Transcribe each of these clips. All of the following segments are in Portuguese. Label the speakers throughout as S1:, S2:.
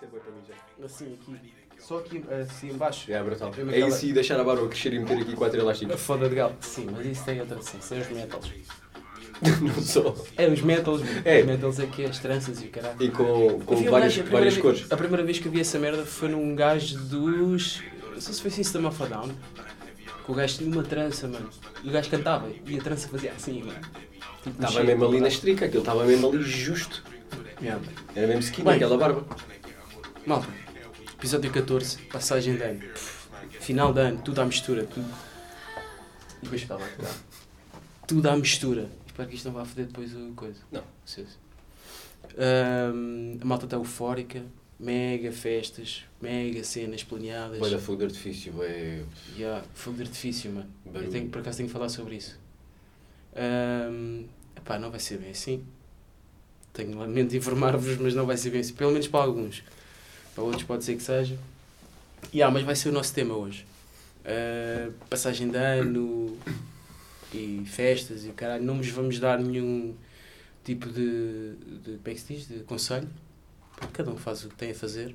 S1: sabor para mim já.
S2: Assim aqui. Só aqui, assim embaixo.
S1: É brutal.
S2: Eu
S1: É
S2: aquela-
S1: isso e deixar a barba crescer e meter aqui quatro elásticos.
S2: Foda de galo. Sim, mas isso tem outra. Sim, são os metals.
S1: Não só.
S2: É, os metals.
S1: É.
S2: Os metals é que é as tranças e o caralho.
S1: E com, com
S2: Havia um
S1: várias,
S2: gajo, a primeira
S1: várias
S2: vez-
S1: cores.
S2: A primeira vez que eu vi essa merda foi num gajo dos. Não sei se foi System of a Down. Que o gajo tinha uma trança, mano. E o gajo cantava e a trança fazia assim, mano. Tipo,
S1: Estava
S2: mexia.
S1: mesmo ali na estrica, aquilo estava mesmo ali justo. Era mesmo skin
S2: Bem.
S1: aquela barba.
S2: Malta, episódio 14, passagem de ano. Final de ano, tudo à mistura, tudo. E depois estava a tocar. Tudo à mistura. Espero que isto não vá foder depois a coisa.
S1: Não.
S2: O senso. Ahm, a malta está eufórica, mega festas, mega cenas planeadas.
S1: Olha, fogo de artifício, é.
S2: Yeah, fogo de artifício, mano.
S1: Barulho.
S2: Eu tenho, por acaso tenho que falar sobre isso. Ahm, epá, não vai ser bem assim. Tenho lamento de informar-vos, mas não vai ser bem assim. Pelo menos para alguns. Para outros pode ser que seja. Yeah, mas vai ser o nosso tema hoje. Ah, passagem de ano e festas e o caralho. Não vos vamos dar nenhum tipo de, de, como é que se diz? de conselho. Cada um faz o que tem a fazer.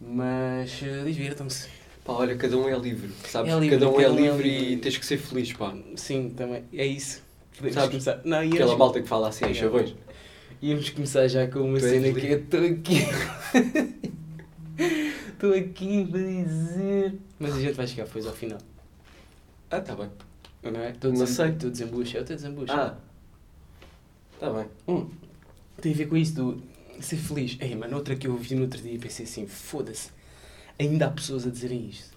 S2: Mas ah, divirtam-se.
S1: Pá, olha, cada um é livre, sabes?
S2: É livre,
S1: cada um é
S2: cada um é
S1: livre e
S2: livre.
S1: tens que ser feliz, pá.
S2: Sim, também. É isso. Podemos
S1: Sabes?
S2: começar. Não, íamos,
S1: Aquela malta que fala assim em
S2: É.
S1: chavões.
S2: íamos começar já com uma
S1: Tu és
S2: cena
S1: livre.
S2: que eu estou aqui. Estou aqui para dizer. Mas a gente vai chegar depois ao final.
S1: Ah, tá bem.
S2: Não é? Estou a
S1: Não
S2: desem-
S1: sei.
S2: Estou a desembucha. Eu estou a desembucha.
S1: Ah. Tá bem.
S2: Hum, tem a ver com isso do ser feliz. Ei, mano, outra que eu ouvi no outro dia e pensei assim, foda-se, ainda há pessoas a dizerem isto.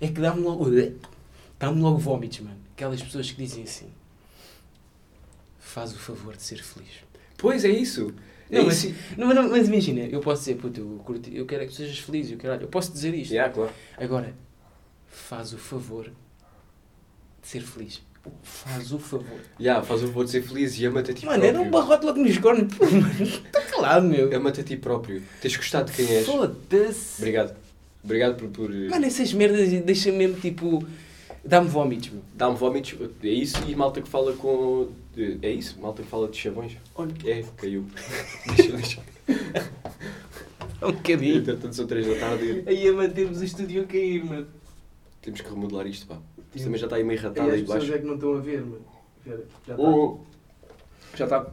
S2: É que dá-me logo. Dá-me logo vómitos, mano. Aquelas pessoas que dizem assim. Faz o favor de ser feliz.
S1: Pois é isso. É
S2: Não, mas,
S1: isso.
S2: não, mas não- mas imagina, eu posso dizer, puto, eu, curti- eu quero é que tu sejas feliz, eu, caralho, eu posso dizer isto.
S1: Yeah, claro.
S2: Agora, faz o favor de ser feliz. Faz o favor.
S1: Yeah, faz o favor de ser feliz e ama-te a ti
S2: mano,
S1: próprio.
S2: era um barrote logo nos cornos. Pô, mano, está calado, meu.
S1: Ama-te a ti próprio. Tens de gostar de quem és.
S2: Foda-se.
S1: Obrigado. Obrigado por. por eh,
S2: Mano, é essas merdas deixam mesmo tipo. Dá-me vómitos, meu.
S1: Dá-me vómitos. É isso e malta que fala com. É isso? Malta que fala de chavões.
S2: Olha,
S1: É, caiu. deixa, deixa.
S2: um
S1: É
S2: bocadinho.
S1: Entretanto, então, são 3 da tarde.
S2: Aí a mantemos o estúdio a cair, mano.
S1: Temos que remodelar isto, pá. Isto também já está aí meio ratado
S2: as
S1: aí
S2: pessoas
S1: debaixo.
S2: é que não estão a ver, mano. Espera, já tá.
S1: Oh, oh. Já está.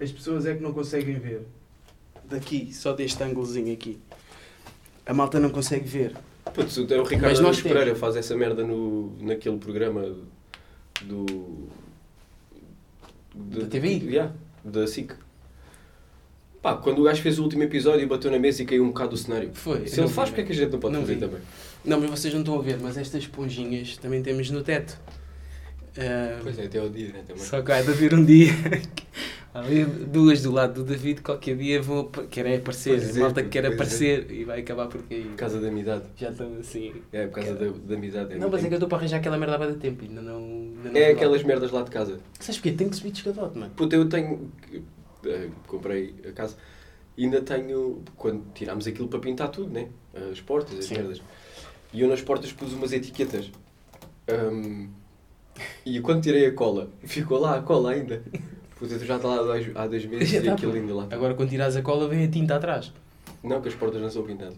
S2: As pessoas é que não conseguem ver. Daqui, só deste ângulozinho aqui. A malta não consegue ver.
S1: Putz, o o Ricardo
S2: Mas
S1: Mas
S2: nós
S1: Pereira faz essa merda no, naquele programa do. de-
S2: Da TV?
S1: Yeah, da SIC. Pá, quando o gajo fez o último episódio e bateu na mesa e caiu um bocado o cenário.
S2: Foi.
S1: Se ele faz, porque é que a gente não pode
S2: Não
S1: fazer
S2: vi.
S1: também?
S2: Não, mas vocês não estão a ver, mas estas esponjinhas também temos no teto. Ah,
S1: Pois é, até ao dia, né? Também.
S2: Só que há de haver um dia. há ali duas do lado do David, qualquer dia vão apa- querem aparecer.
S1: Pois
S2: a
S1: é,
S2: malta que quer
S1: pois é.
S2: aparecer e vai acabar por cair.
S1: Por causa da amizade.
S2: Já estão assim.
S1: É, por causa da, da amizade.
S2: Não, mas é que eu
S1: muito-
S2: estou para arranjar aquela merda há bastante tempo. Ainda não. Ainda não
S1: É
S2: fui lá.
S1: aquelas merdas lá de casa.
S2: Sabes porquê? Tenho que subir de escadote, mano.
S1: Puta, eu tenho. eh, comprei a casa. Ainda tenho. Quando tirámos aquilo para pintar tudo, né? As portas, as
S2: Sim.
S1: merdas. E eu nas portas pus umas etiquetas. Ahm, e quando tirei a cola, ficou lá a cola ainda. Puta, tu já está lá há dois, há dois meses
S2: Já
S1: e
S2: tá,
S1: aquilo
S2: pô.
S1: ainda lá.
S2: Agora quando tirares a cola vem a tinta atrás.
S1: Não, que as portas não são pintadas.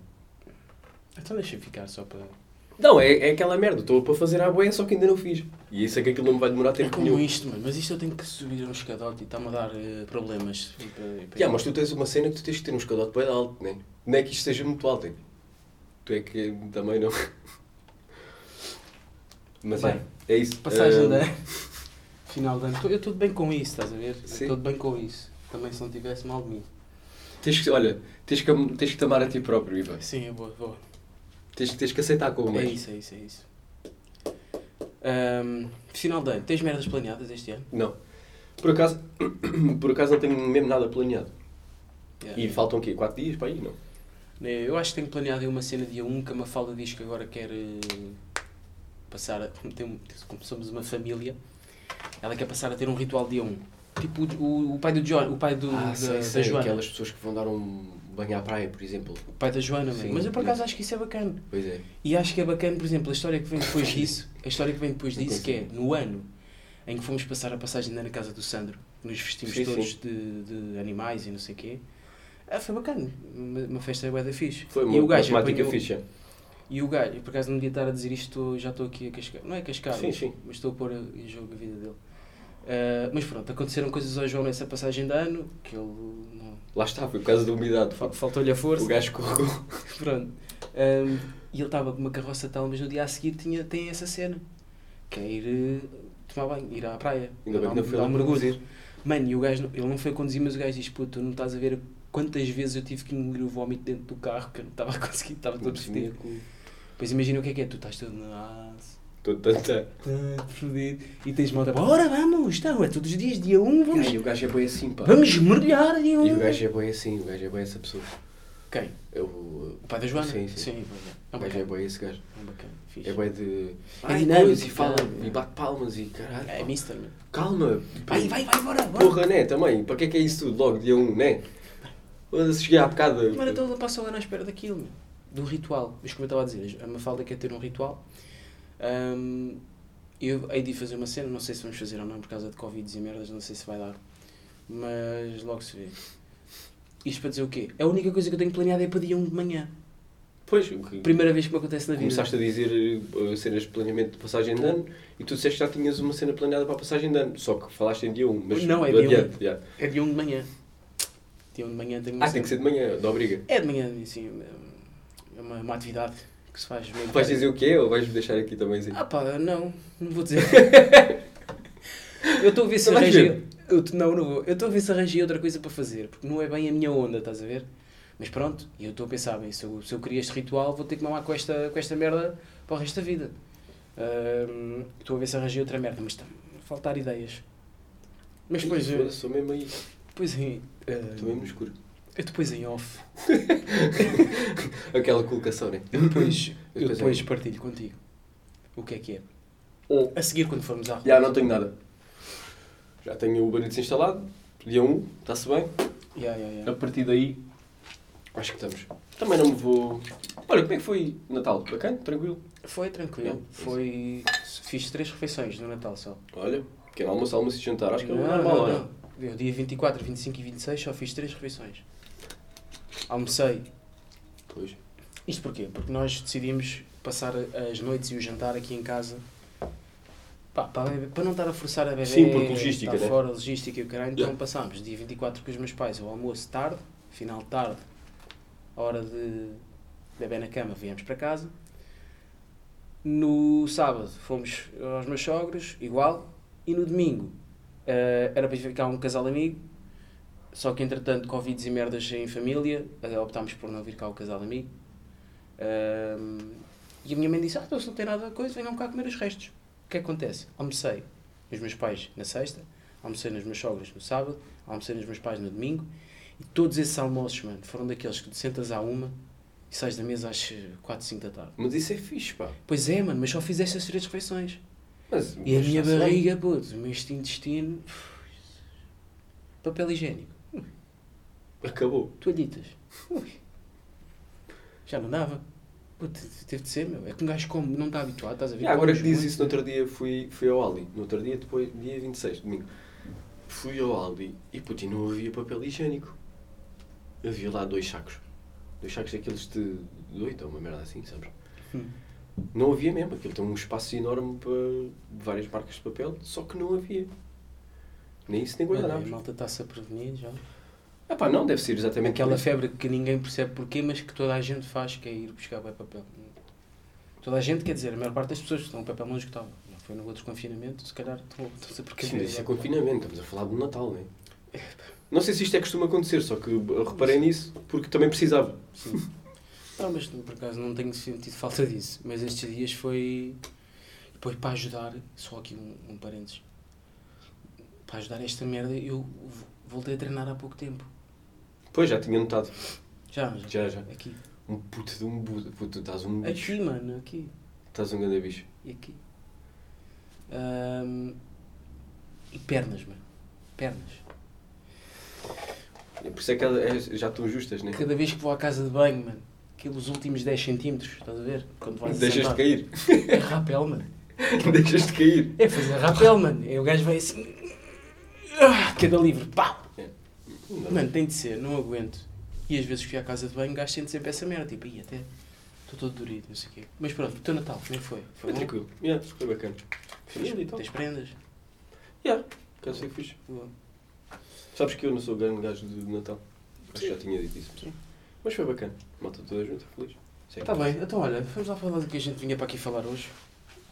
S2: Então deixa ficar só para.
S1: Não, é, é aquela merda. Estou para fazer à boia, só que ainda não fiz. E isso é que um- aquilo não me vai demorar
S2: É
S1: tempo
S2: como
S1: nenhum.
S2: isto, mano. Mas isto eu tenho que subir a um escadote e está-me a dar eh, problemas. E para- e para-
S1: Yeah, mas tu tens uma cena que tu tens que ter um escadote bem alto, né? Não é que isto seja muito alto, hein? Tu é que também não. Mas
S2: Bem,
S1: é, é isso.
S2: Passagem
S1: Ah,
S2: de ano. Final de ano. Tô- Eu estou bem com isso, estás a ver?
S1: Sim.
S2: Estou bem com isso. Também se não tivesse mal de mim.
S1: Tens que, olha, tens que, am- tens que te amar a ti próprio, Ivan.
S2: Sim, eu vou, vou.
S1: Tens, tens que aceitar como
S2: É
S1: és.
S2: isso, é isso, é isso. Ahm, final de ano, tens merdas planeadas este ano?
S1: Não. Por acaso, por acaso não tenho mesmo nada planeado.
S2: Yeah.
S1: E faltam o quê? 4 dias para aí? Não.
S2: Né, Eu acho que tenho planeado aí uma cena dia 1 que a Mafalda diz que agora quer eh, passar a. Como, tem- como somos uma família, ela quer passar a ter um ritual dia 1. Tipo o, o, o pai do John, o pai do,
S1: Ah,
S2: da, da Joana.
S1: aquelas pessoas que vão dar um banho à praia, por exemplo.
S2: O pai da Joana, mano.
S1: Sim,
S2: Mas eu por acaso
S1: isso.
S2: acho que isso é bacana.
S1: Pois é.
S2: E acho que é bacana, por exemplo, a história que vem depois disso, a história que vem depois
S1: Não
S2: disso, que é no ano em que fomos passar a passagem de ano na casa do Sandro, nos vestimos
S1: Sim,
S2: todos De, de animais e não sei o quê, Ah, foi bacana. Uma, uma festa bué da fixe.
S1: Foi uma
S2: e o gajo
S1: matemática
S2: apanhou-
S1: ficha.
S2: E o gajo, eu por acaso não devia estar a dizer isto, estou- já estou aqui a cascar. Não é cascar,
S1: Sim,
S2: mas-
S1: sim.
S2: mas estou a pôr em jogo a vida dele. Ah, mas pronto, aconteceram coisas ao João nessa passagem de ano, que ele não-
S1: Lá está, foi por causa da umidade.
S2: fal- faltou-lhe a força.
S1: O gajo correu.
S2: Pronto. Ahm, e ele estava com uma carroça tal, mas no dia a seguir tinha, tem essa cena. Que é ir eh, tomar banho, ir à praia.
S1: Ainda bem
S2: dar
S1: que não
S2: um-
S1: foi
S2: dar
S1: lá
S2: um
S1: para
S2: mergulho.
S1: conduzir.
S2: Mano, e o gajo, não- ele não foi conduzir, mas o gajo diz, puto, tu não estás a ver quantas vezes eu tive que engolir o vómito dentro do carro, que eu não estava a conseguir, estava todo vestido. Pois imagina o que é que é, tu estás todo "Ah, na
S1: Estou tanta.
S2: tanto fodido, e tens malta, bora, vamos, então, é todos os dias, dia 1, um, vamos,
S1: Ai, o gajo é bem assim, pá.
S2: vamos mergulhar, dia 1.
S1: E o gajo é bem assim, o gajo é bem essa pessoa.
S2: Quem?
S1: É o.
S2: O pai da Joana?
S1: Sim, sim.
S2: pois é. É
S1: O
S2: um
S1: gajo é
S2: bacana,
S1: bem esse gajo.
S2: é um bacana, fixe.
S1: É bem de.
S2: É
S1: Ai,
S2: dinâmico,
S1: coisa, e fala,
S2: caralho.
S1: e bate palmas e caralho.
S2: É
S1: pá.
S2: mister, meu.
S1: Calma.
S2: Vai, vai, vai, bora, bora.
S1: Porra, né? Também. Para que é que é isso tudo? Logo, dia 1, né? Quando se cheguei à bocada.
S2: Mano, então eu passo lá na espera daquilo, meu. Do ritual. Mas como eu estava a dizer, a Mafalda quer ter um ritual. Ahm, eu hei de ir fazer uma cena, não sei se vamos fazer ou não, por causa de Covid e merdas, não sei se vai dar. Mas logo se vê. Isto para dizer o quê? A única coisa que eu tenho planeada é para dia 1 de manhã.
S1: Pois, o que-
S2: Primeira vez que me acontece na vida.
S1: começaste a dizer eh, cenas de planeamento de passagem de ano e tu disseste que já tinhas uma cena planeada para a passagem de ano. Só que falaste em dia 1, mas
S2: Não, é
S1: do
S2: dia um.
S1: adiante, já.
S2: É dia 1 de manhã. Dia 1 de manhã tenho uma
S1: Ah, tem que ser de manhã, da obriga.
S2: É de manhã, assim, é uma, uma atividade que se faz meio
S1: Vais
S2: tarde.
S1: dizer o que é ou vais-me deixar aqui também assim?
S2: Ah pá, não, não vou dizer. eu estou a ver se
S1: Não vais
S2: arranjei. Eu, t- não, não vou. Eu estou a ver se arranjei outra coisa para fazer, porque não é bem a minha onda, estás a ver? Mas pronto, e eu estou a pensar, bem, se eu, se eu queria este ritual, vou ter que mamar com esta, com esta merda para o resto da vida. Ahm, Estou a ver se arranjei outra merda, mas está a faltar ideias. Mas
S1: Ih,
S2: depois,
S1: foda-se,
S2: eh,
S1: Sou mesmo aí.
S2: depois em. ah,
S1: Estou mesmo no escuro.
S2: eu depois em off.
S1: Aquela colocação, né?
S2: Eu depois, eu
S1: Depois em
S2: depois
S1: off.
S2: partilho contigo. O que é que é?
S1: Um.
S2: A seguir, quando formos à rua.
S1: Já não tenho nada. Já tenho o Bandidos instalado, dia 1, está-se bem.
S2: Yeah, yeah, yeah.
S1: A partir daí, acho que estamos. Também não me vou. Olha, como é que foi Natal? Bacana? Tranquilo?
S2: Foi tranquilo.
S1: Não? é
S2: Foi. Fiz três refeições no Natal só.
S1: Olha, pequeno almoço, almoço e jantar, acho que é
S2: Não,
S1: normal,
S2: não,
S1: não é?
S2: Ah, não. Eu dia 24, 25 e 26 só fiz três refeições. Almocei.
S1: Pois.
S2: Isto porquê? Porque nós decidimos passar as noites e o jantar aqui em casa. Pá, para, a bebê- para não estar a forçar a bebê
S1: Sim, porque logística,
S2: estar
S1: né?
S2: fora, logística e o caralho, então
S1: Yeah.
S2: passámos dia 24 com os meus pais, o almoço tarde, final de tarde, a hora de bebê na cama, viemos para casa. No sábado fomos aos meus sogros, igual, e no domingo eh, era para ficar um casal amigo, só que entretanto, Covid e merdas em família, eh, optámos por não vir cá o casal amigo. Ahm, e a minha mãe disse: Ah, então se não tem nada a coisa, venham cá comer os restos. O que é que acontece? Almocei nos meus pais na sexta, almocei nos meus sogros no sábado, almocei nos meus pais no domingo e todos esses almoços, mano, foram daqueles que te sentas à uma e sais da mesa às eh, quatro cinco da tarde.
S1: Mas isso é fixe, pá.
S2: Pois é, mano, mas só fiz estas três refeições.
S1: Mas,
S2: E a
S1: mas
S2: minha
S1: está-se bem.
S2: barriga, puto, o meu intestino. uf, Papel higiênico,
S1: Acabou.
S2: toalhitas. Ui. Já não dava. Puto, teve de ser, meu. É que um gajo come, não está habituado, estás a ver?
S1: Já, agora que
S2: Comes
S1: dizes
S2: muito.
S1: isso, no outro dia fui, fui ao Aldi. No outro dia, depois, dia 26, domingo. Fui ao Aldi e, puto, e não havia papel higiênico. Havia lá dois sacos. Dois sacos daqueles de de oito ou uma merda assim, sabes?
S2: Hum.
S1: Não havia mesmo. Aquilo tem um espaço enorme para várias marcas de papel, só que não havia. Nem isso, nem
S2: Olha, a
S1: guardanapos.
S2: malta está-se a prevenir já.
S1: Ah pá, não, deve ser exatamente
S2: Aquela
S1: por isso.
S2: febre que ninguém percebe porquê, mas que toda a gente faz, que é ir buscar bué papel. Toda a gente, quer dizer, a maior parte das pessoas que estão papel não esgotavam. Não foi no outro confinamento, se calhar estão estão-se a
S1: Sim,
S2: precaver.
S1: mas isso é confinamento, estamos a falar do Natal, não é? Não sei se isto é costume acontecer, só que eu reparei nisso porque também precisava.
S2: Sim. Não, mas por acaso não tenho sentido falta disso. Mas estes dias foi. Depois para ajudar, só aqui um, um parênteses. Para ajudar esta merda, eu vo- voltei a treinar há pouco tempo.
S1: Pois, já tinha notado.
S2: Já, já.
S1: Já, já.
S2: Aqui.
S1: Um puto de um bu- puto, tu estás um bicho.
S2: Aqui, mano, aqui.
S1: Estás um grande bicho.
S2: E aqui. Ahm, e pernas, mano. Pernas.
S1: É por isso é que ela- é- já estão justas, né?
S2: Cada vez que vou à casa de banho, mano, aqueles últimos 10 centímetros, estás a ver? Quando vais a
S1: Deixas de
S2: sentar.
S1: cair.
S2: É rapel, mano.
S1: Deixas de cair.
S2: É fazer rapel, mano. E o gajo vai assim. Ah, cada livre, pau!
S1: Não dá.
S2: Mano, tem de ser, não aguento. E às vezes que fui à casa de banho, gasto sente sempre essa merda. Tipo, aí até estou todo dorido, não sei o quê. Mas pronto, o teu Natal, como é que foi?
S1: Foi
S2: bom?
S1: tranquilo. então. Yeah, foi bacana. Família e
S2: Tens,
S1: tal.
S2: tens prendas?
S1: Yeah, quero ser fixe.
S2: Boa.
S1: Sabes que eu não sou grande gajo de Natal. Acho que já tinha dito isso.
S2: Sim.
S1: Mas foi bacana. Malta toda junto, feliz. Sei
S2: Está
S1: que-
S2: bem, então olha, vamos lá falar do que a gente vinha para aqui falar hoje.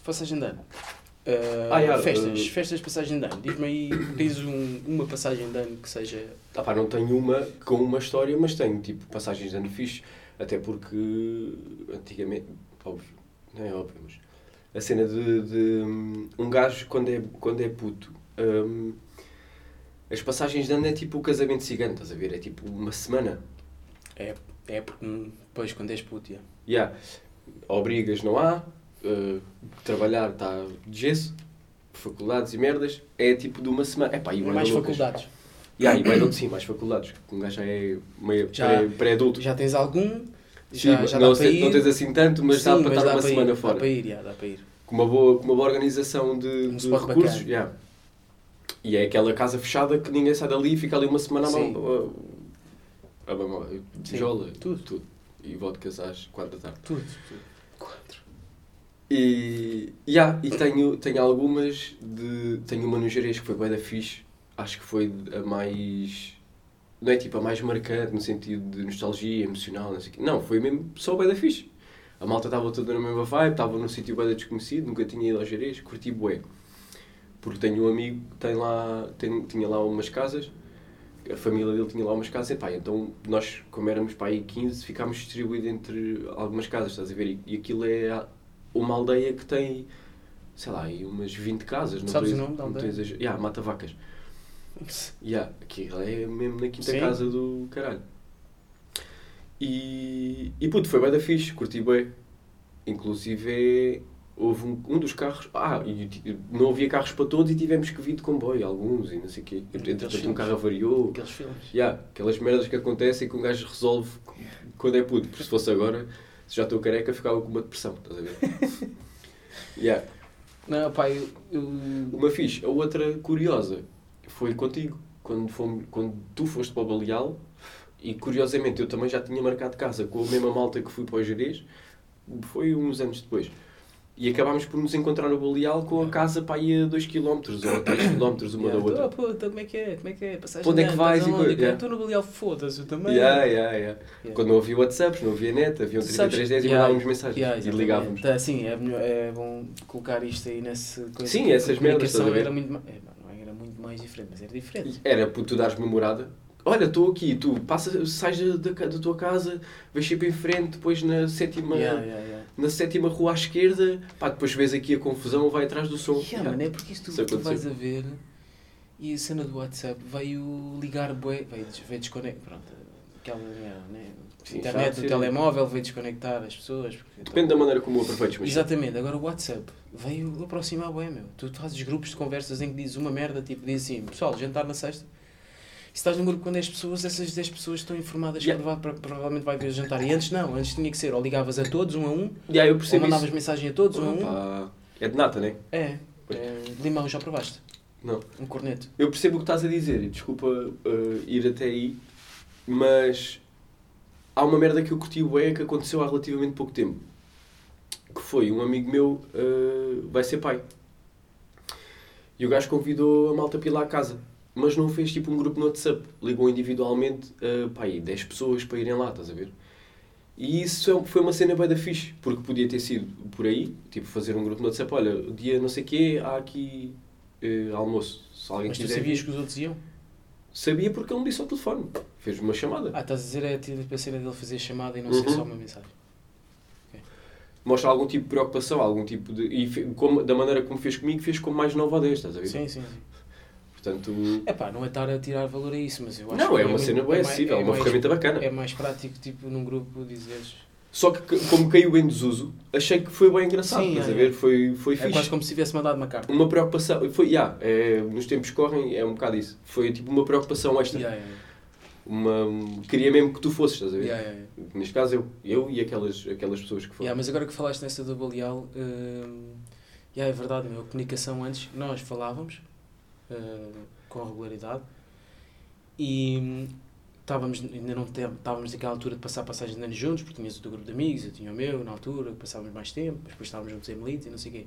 S2: Passagem de ano. Uh,
S1: Ah, yeah,
S2: festas,
S1: uh,
S2: festas de passagem de ano. Diz-me aí, diz um- uma passagem de ano que seja.
S1: Ah pá, não tenho uma com uma história, mas tenho tipo passagens de ano fixe, até porque antigamente, óbvio, não é óbvio, mas a cena de, de, hum, um gajo quando é, quando é puto, hum, as passagens de ano é tipo o casamento cigano, estás a ver? É tipo uma semana.
S2: É porque hum, depois quando és puto, yeah.
S1: Yeah. Obrigas não há, uh, trabalhar está de gesso, faculdades e merdas, é tipo de uma semana. Epá, e o
S2: É mais
S1: Ana Lucas?
S2: faculdades.
S1: Yeah, e mais, sim, mais faculdades, que um gajo já é meio
S2: Já-
S1: pré- pré-adulto.
S2: Já tens algum?
S1: Sim, não,
S2: dá para
S1: sei- não
S2: ir.
S1: tens assim tanto, mas dá
S2: Sim,
S1: para estar uma
S2: para
S1: semana
S2: ir, Dá
S1: fora.
S2: para ir, yeah, dá para ir.
S1: Com, uma boa, com uma boa organização de,
S2: Um
S1: de
S2: spot
S1: recursos.
S2: bacana.
S1: yeah. E é aquela casa fechada que ninguém sai dali e fica ali uma semana a
S2: Sim.
S1: mão. A, a, mão- tijola,
S2: tudo.
S1: tudo. E vodkas às quatro da tarde.
S2: Tudo. tudo. Quatro.
S1: E, yeah, e tenho, tenho algumas de. Tenho uma no Jerez que foi bué da fixe. Acho que foi a mais. Não é tipo a mais marcante no sentido de nostalgia emocional, não sei o quê. Não, foi mesmo só bué da fixe. A malta estava toda na mesma vibe, estava num sítio bué da desconhecido, nunca tinha ido ao Jerez, curti bué. Porque tenho um amigo que tem lá, tem, tinha lá umas casas, a família dele tinha lá umas casas, e pá, então nós, como éramos pá aí 15, ficámos distribuídos entre algumas casas, estás a ver? E, e aquilo é a- uma aldeia que tem, sei lá, aí umas 20 casas. Não
S2: Sabes
S1: estou a-
S2: o nome da
S1: não estou a
S2: aldeia?
S1: exagerar. Yeah, Mata Vacas. Yeah, aquilo é mesmo na quinta
S2: Sim.
S1: casa do caralho. E, e puto, foi bem da fixe, curti bem. Inclusive, houve um, um dos carros. Ah, e ti- não havia carros para todos e tivemos que vir de comboio, alguns e não sei o quê. Entretanto, um
S2: filmes.
S1: carro avariou.
S2: Aqueles filmes.
S1: Yeah, aquelas merdas que acontecem que um gajo resolve quando é puto, porque se fosse agora, se já estou careca, ficava com uma depressão, estás a ver? yeah.
S2: Não, pá, eu. eu-
S1: Uma fixe. A outra curiosa foi contigo. Quando, fomos, quando tu foste para o Baleal, e curiosamente eu também já tinha marcado casa com a mesma malta que fui para o Jerez, foi uns anos depois. E acabámos por nos encontrar no Baleal com a casa para aí a 2km ou 3km uma
S2: Yeah,
S1: da outra.
S2: tô, ah, puta, como é que é? Como é que é? Passagem
S1: Para onde é
S2: de
S1: que
S2: ano,
S1: vais
S2: estás
S1: e
S2: aonde?
S1: coisa,
S2: Cara,
S1: yeah.
S2: Estou no Baleal, foda-se, eu também.
S1: Yeah, yeah, yeah.
S2: Yeah.
S1: Quando não havia WhatsApps, não havia net, havia um
S2: Tu sabes-
S1: 3310 e
S2: yeah,
S1: mandávamos mensagens
S2: Yeah,
S1: e
S2: exatamente.
S1: ligávamos.
S2: Tá, sim, é, melhor, é bom colocar isto aí nesse coisa.
S1: Sim,
S2: que a
S1: essas merdas, estás a
S2: comunicação
S1: ver?
S2: era muito mais. é, não, não era muito mais diferente, mas era diferente.
S1: Era por tu dares memorada. Olha, estou aqui, tu passa, sais da, ca- da tua casa, vais sempre em frente, depois na sétima,
S2: Yeah, yeah, yeah.
S1: na sétima rua à esquerda, pá, depois vês aqui a confusão, vai atrás do som.
S2: Yeah, mano, é porque isto
S1: Então, Isso
S2: tu
S1: aconteceu.
S2: vais a ver e a cena do WhatsApp veio ligar bué, veio, des- veio desconectar. Pronto, aquela merda, né?
S1: Sim, sabe,
S2: Internet
S1: sim.
S2: do telemóvel veio desconectar as pessoas. porque-
S1: Depende da maneira como o aproveites, mas
S2: Exatamente, agora o WhatsApp veio aproximar bem, meu. Tu fazes grupos de conversas em que dizes uma merda, tipo, diz assim, pessoal, jantar na sexta. E se estás num grupo com 10 pessoas, essas 10 pessoas estão informadas
S1: Yeah.
S2: que prova- provavelmente vai ver o jantar. E antes não, antes tinha que ser, ou ligavas a todos, um a um,
S1: E aí eu
S2: ou
S1: percebo
S2: mandavas
S1: isso.
S2: mensagem a todos, um a um.
S1: Opa, é de nata, né?
S2: É, é, limão já provaste?
S1: Não.
S2: Um corneto.
S1: Eu percebo o que estás a dizer e desculpa eh, ir até aí, mas há uma merda que eu curti bué que aconteceu há relativamente pouco tempo. Que foi um amigo meu eh, vai ser pai. E o gajo convidou a malta para ir lá à casa. Mas não fez tipo um grupo no WhatsApp. Ligou individualmente a pá, aí 10 pessoas para irem lá, estás a ver? E isso é- foi uma cena bué da fixe, porque podia ter sido por aí, tipo fazer um grupo no WhatsApp, olha, o dia não sei quê, há aqui eh, almoço. Se alguém
S2: Mas tu
S1: quiser vir.
S2: sabias que os outros iam?
S1: Sabia porque ele me disse ao telefone. Fez uma chamada.
S2: Ah, estás a dizer é tipo a cena dele fazer chamada e não ser
S1: Uhum.
S2: só uma mensagem.
S1: Mostra algum tipo de preocupação, algum tipo de. E fe- como, da maneira como fez comigo, fez como mais 9 ou 10, estás a ver?
S2: Sim, sim, sim.
S1: Portanto.
S2: É pá, não é estar a tirar valor a isso, mas eu acho
S1: Não,
S2: que
S1: é uma
S2: muito-
S1: cena bem
S2: mais-
S1: acessível, é uma
S2: mais-
S1: ferramenta bacana.
S2: É mais prático, tipo, num grupo dizeres.
S1: Só que, c- como caiu em desuso, achei que foi bem engraçado,
S2: Sim,
S1: estás
S2: é,
S1: a ver?
S2: é.
S1: Foi, foi
S2: É
S1: fixe.
S2: quase como se tivesse mandado uma carta.
S1: Uma preocupação. Foi, yeah, é, nos tempos que correm, é um bocado isso. Foi tipo uma preocupação extra.
S2: Yeah, yeah,
S1: Uma, queria mesmo que tu fosses, estás a ver?
S2: yeah, yeah, yeah.
S1: Neste caso, eu, eu e aquelas, aquelas pessoas que foram.
S2: Yeah, mas agora que falaste nessa do Baleal, hum, yeah, é verdade, meu, a comunicação antes, nós falávamos hum, com regularidade e hum, estávamos, ainda não te- estávamos naquela altura de passar passagem de anos juntos, porque tinhas o teu grupo de amigos, eu tinha o meu na altura, passávamos mais tempo, mas depois estávamos juntos em Melite e não sei o quê.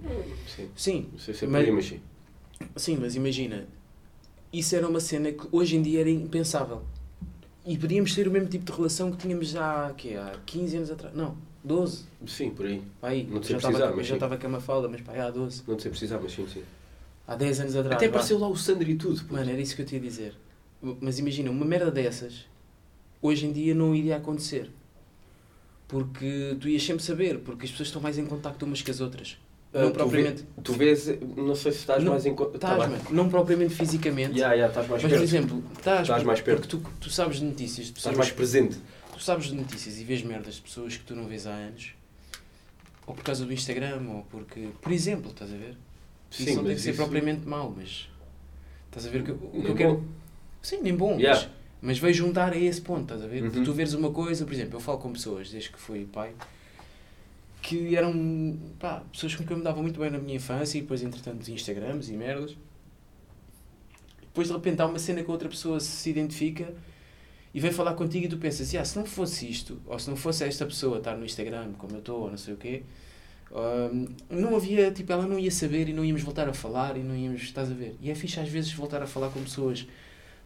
S1: Sim.
S2: Sim,
S1: Não sei se é por
S2: Mas-
S1: aí, mas sim.
S2: Sim, mas imagina, isso era uma cena que hoje em dia era impensável. E podíamos ter o mesmo tipo de relação que tínhamos já que há 15 anos atrás. Não, 12.
S1: Sim, por aí.
S2: Pá, aí,
S1: Não
S2: já
S1: sei
S2: estava
S1: precisar,
S2: eu
S1: mas
S2: já
S1: sim.
S2: estava com a Mafalda, mas pá, aí há 12.
S1: Não sei precisar, mas sim, sim.
S2: Há 10 anos atrás.
S1: Até
S2: vá.
S1: apareceu lá o Sandro e tudo. pô.
S2: Mano, era isso que eu te ia dizer. M- Mas imagina, uma merda dessas, hoje em dia não iria acontecer. Porque tu ias sempre saber, porque as pessoas estão mais em contacto umas que as outras.
S1: Ah,
S2: não
S1: tu
S2: propriamente.
S1: vê- Tu vês, não sei se estás
S2: Não,
S1: mais em. co- Tá
S2: Estás,
S1: bem.
S2: mano, não propriamente fisicamente.
S1: Ya, ya, estás mais
S2: Mas, é por
S1: perto.
S2: exemplo, estás,
S1: Estás mais
S2: porque-
S1: perto.
S2: Porque tu, tu sabes de notícias, tu
S1: Estás
S2: sabes,
S1: mais presente.
S2: tu sabes de notícias e vês merdas de pessoas que tu não vês há anos, ou por causa do Instagram, ou porque. Por exemplo, estás a ver? isso não tem que ser propriamente mau, mas. Estás a ver o que, o que eu
S1: Nem
S2: quero.
S1: bom.
S2: Sim, nem bom,
S1: Ya.
S2: mas, mas veio juntar a esse ponto, estás a ver? De
S1: Uhum.
S2: Tu veres uma coisa, por exemplo, eu falo com pessoas desde que fui pai que eram pá, pessoas com quem eu me dava muito bem na minha infância e depois, entretanto, Instagrams e merdas. Depois de repente há uma cena que a outra pessoa se identifica e vem falar contigo e tu pensas, "Ya, se não fosse isto, ou se não fosse esta pessoa estar no Instagram como eu estou, ou não sei o quê, hum, não havia, tipo, ela não ia saber e não íamos voltar a falar e não íamos, estás a ver? E é fixe às vezes voltar a falar com pessoas de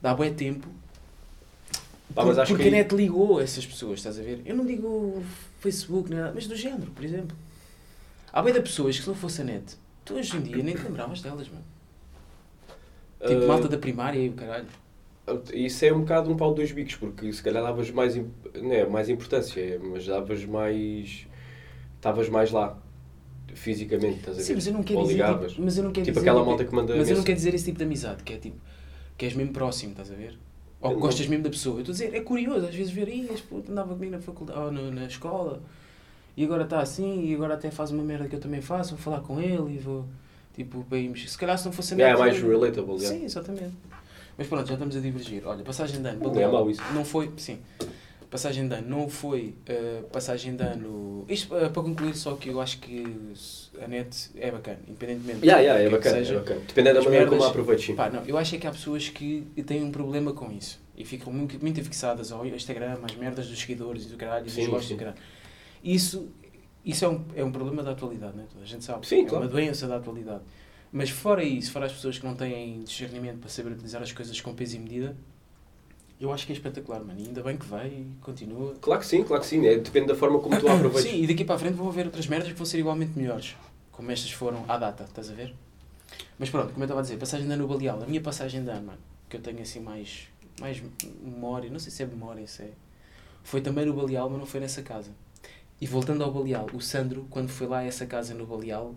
S2: há bué tempo
S1: Pá, mas
S2: por-
S1: acho que
S2: porque
S1: aí-
S2: a net ligou a essas pessoas, estás a ver? Eu não digo Facebook, nem nada, mas do género, por exemplo. Há bem de pessoas que se não fosse a net, tu hoje em dia nem te lembravas delas, mano. Tipo
S1: Ah,
S2: malta da primária e o caralho.
S1: Isso é um bocado um pau de dois bicos, porque se calhar davas mais, im- não é, mais importância, é, mas davas mais. Estavas mais lá, fisicamente, estás a ver?
S2: Sim, mas eu não quero
S1: Ou
S2: dizer.
S1: ligavas.
S2: Tipo, mas eu não quero
S1: Tipo
S2: dizer,
S1: aquela malta que manda
S2: Mas eu não
S1: mensagem.
S2: quero dizer esse tipo de amizade, que é tipo. que és mesmo próximo, estás a ver? Ou
S1: Eu
S2: que
S1: não-
S2: gostas mesmo da pessoa. Eu estou a dizer, é curioso, às vezes ver, ih, este puto andava comigo na faculdade, ou no- na escola, e agora está assim, e agora até faz uma merda que eu também faço, vou falar com ele e vou. Tipo, para irmos. Se calhar se não fosse a
S1: É, é
S2: net,
S1: mais
S2: eu-
S1: relatable, já.
S2: Sim, exatamente. Mas pronto, já estamos a divergir. Olha, passagem de ano,
S1: Não é
S2: Baleal,
S1: mau isso.
S2: não foi, sim. Passagem de ano não foi eh, passagem de ano. Isto eh, para concluir, só que eu acho que a net é bacana, independentemente.
S1: Yeah,
S2: do
S1: yeah, é
S2: que é que
S1: bacana,
S2: seja.
S1: é bacana. Dependendo da
S2: As
S1: maneira como a
S2: merdas-
S1: aproveites, sim.
S2: Pá, não, eu acho é que há pessoas que têm um problema com isso e ficam muito, muito fixadas ao Instagram, às merdas dos seguidores e do caralho, e dos
S1: Sim,
S2: gostos
S1: sim.
S2: do caralho. Isso, isso é, um, é um problema da atualidade, não é? Toda A gente sabe.
S1: Sim,
S2: é
S1: claro.
S2: uma doença da atualidade. Mas fora isso, fora as pessoas que não têm discernimento para saber utilizar as coisas com peso e medida, eu acho que é espetacular, mano. E ainda bem que vai e continua.
S1: Claro que sim, claro que sim. É, depende da forma como tu a aproveites.
S2: Sim, e daqui para a frente vão haver outras merdas que vão ser igualmente melhores, como estas foram à data, estás a ver? Mas pronto, como eu estava a dizer, passagem de ano no Baleal, a minha passagem de ano, mano, que eu tenho assim mais, mais memória, não sei se é memória, se é. Foi também no Baleal, mas não foi nessa casa. E voltando ao Baleal, o Sandro, quando foi lá a essa casa no Baleal,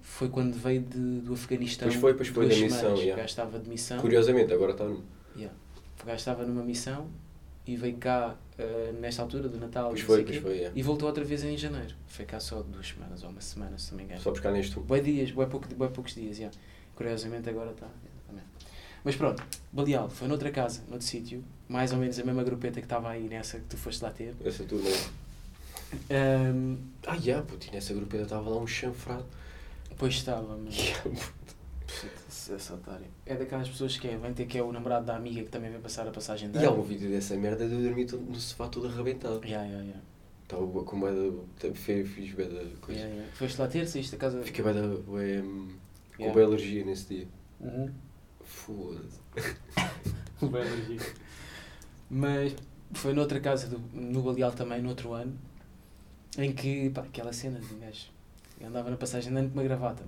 S2: foi quando veio de, do Afeganistão.
S1: Pois foi, pois foi,
S2: duas
S1: da missão,
S2: semanas. O
S1: yeah.
S2: gajo estava de missão.
S1: Curiosamente, agora tá- está no.
S2: Yeah. O gajo estava numa missão e veio cá eh, nesta altura do Natal.
S1: Pois
S2: não
S1: foi,
S2: sei
S1: pois
S2: quê,
S1: foi, é. yeah.
S2: E voltou outra vez em janeiro. Foi cá só duas semanas ou uma semana, se não me engano.
S1: Só buscar neste um.
S2: Boi dias, boi, pouco, bué poucos dias, yeah. Curiosamente agora está. Mas pronto, Baleal, foi noutra casa, noutro sítio, mais ou menos a mesma grupeta que estava aí nessa que tu foste lá ter.
S1: Essa turma.
S2: Ahm,
S1: Ah, yeah, puto, e nessa grupeta estava lá um chanfrado.
S2: pois estava, mas. Puta, Esse otário. É daquelas pessoas que é, vem ter que é o namorado da amiga que também vem passar a passagem
S1: E há
S2: dela.
S1: um vídeo dessa merda de eu dormir todo- no sofá todo arrebentado.
S2: Yeah, yeah, yeah.
S1: Estava bué com bué da. Fiz fiz bué da coisa.
S2: Yeah, yeah. Foste lá ter, saíste da casa.
S1: Fiquei bué da. bué, hum, Com
S2: Yeah.
S1: bué alergia nesse dia.
S2: Uhum.
S1: Foda-se.
S2: Mas foi noutra casa, do, no Baleal também, no outro ano, em que, pá, aquela cena de um gajo. Eu andava na passagem de ano com uma gravata.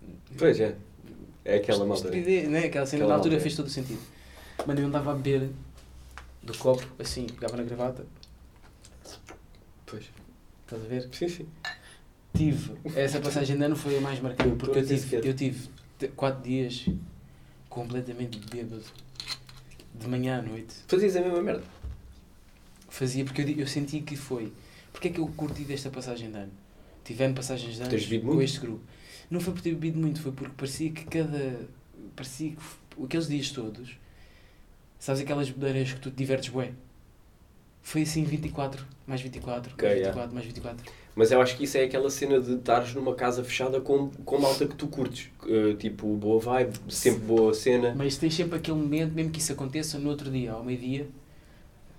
S2: mano.
S1: Pois é. É aquela malta. né?
S2: Estupidez, né? Aquela cena
S1: Aquela
S2: na altura
S1: malta, é.
S2: fez todo o sentido. Mano, eu andava a beber do copo, assim, pegava na gravata,
S1: Pois.
S2: estás a ver?
S1: Sim, sim.
S2: Tive. Essa passagem de ano foi a mais marcante,
S1: Eu
S2: porque eu
S1: tô a
S2: tive,
S1: dizer. é
S2: eu tive te- quatro dias completamente bêbado. De manhã à noite.
S1: Fazias a mesma merda.
S2: Fazia porque eu, di- eu senti que foi. Porque é que eu curti desta passagem de ano? Tivemos passagens de ano
S1: Teres bebido
S2: com
S1: muito?
S2: este grupo. Não foi por ter bebido muito, foi porque parecia que cada. parecia que f- aqueles dias todos. Sabes aquelas bebedeiras que tu te divertes bué? Foi assim 24, mais 24,
S1: Ok,
S2: mais
S1: yeah.
S2: 24, mais 24.
S1: Mas eu acho que isso é aquela cena de estares numa casa fechada com, com malta que tu curtes. Eh, tipo, boa vibe, sempre boa cena.
S2: Mas tens sempre aquele momento, mesmo que isso aconteça no outro dia, ao meio-dia,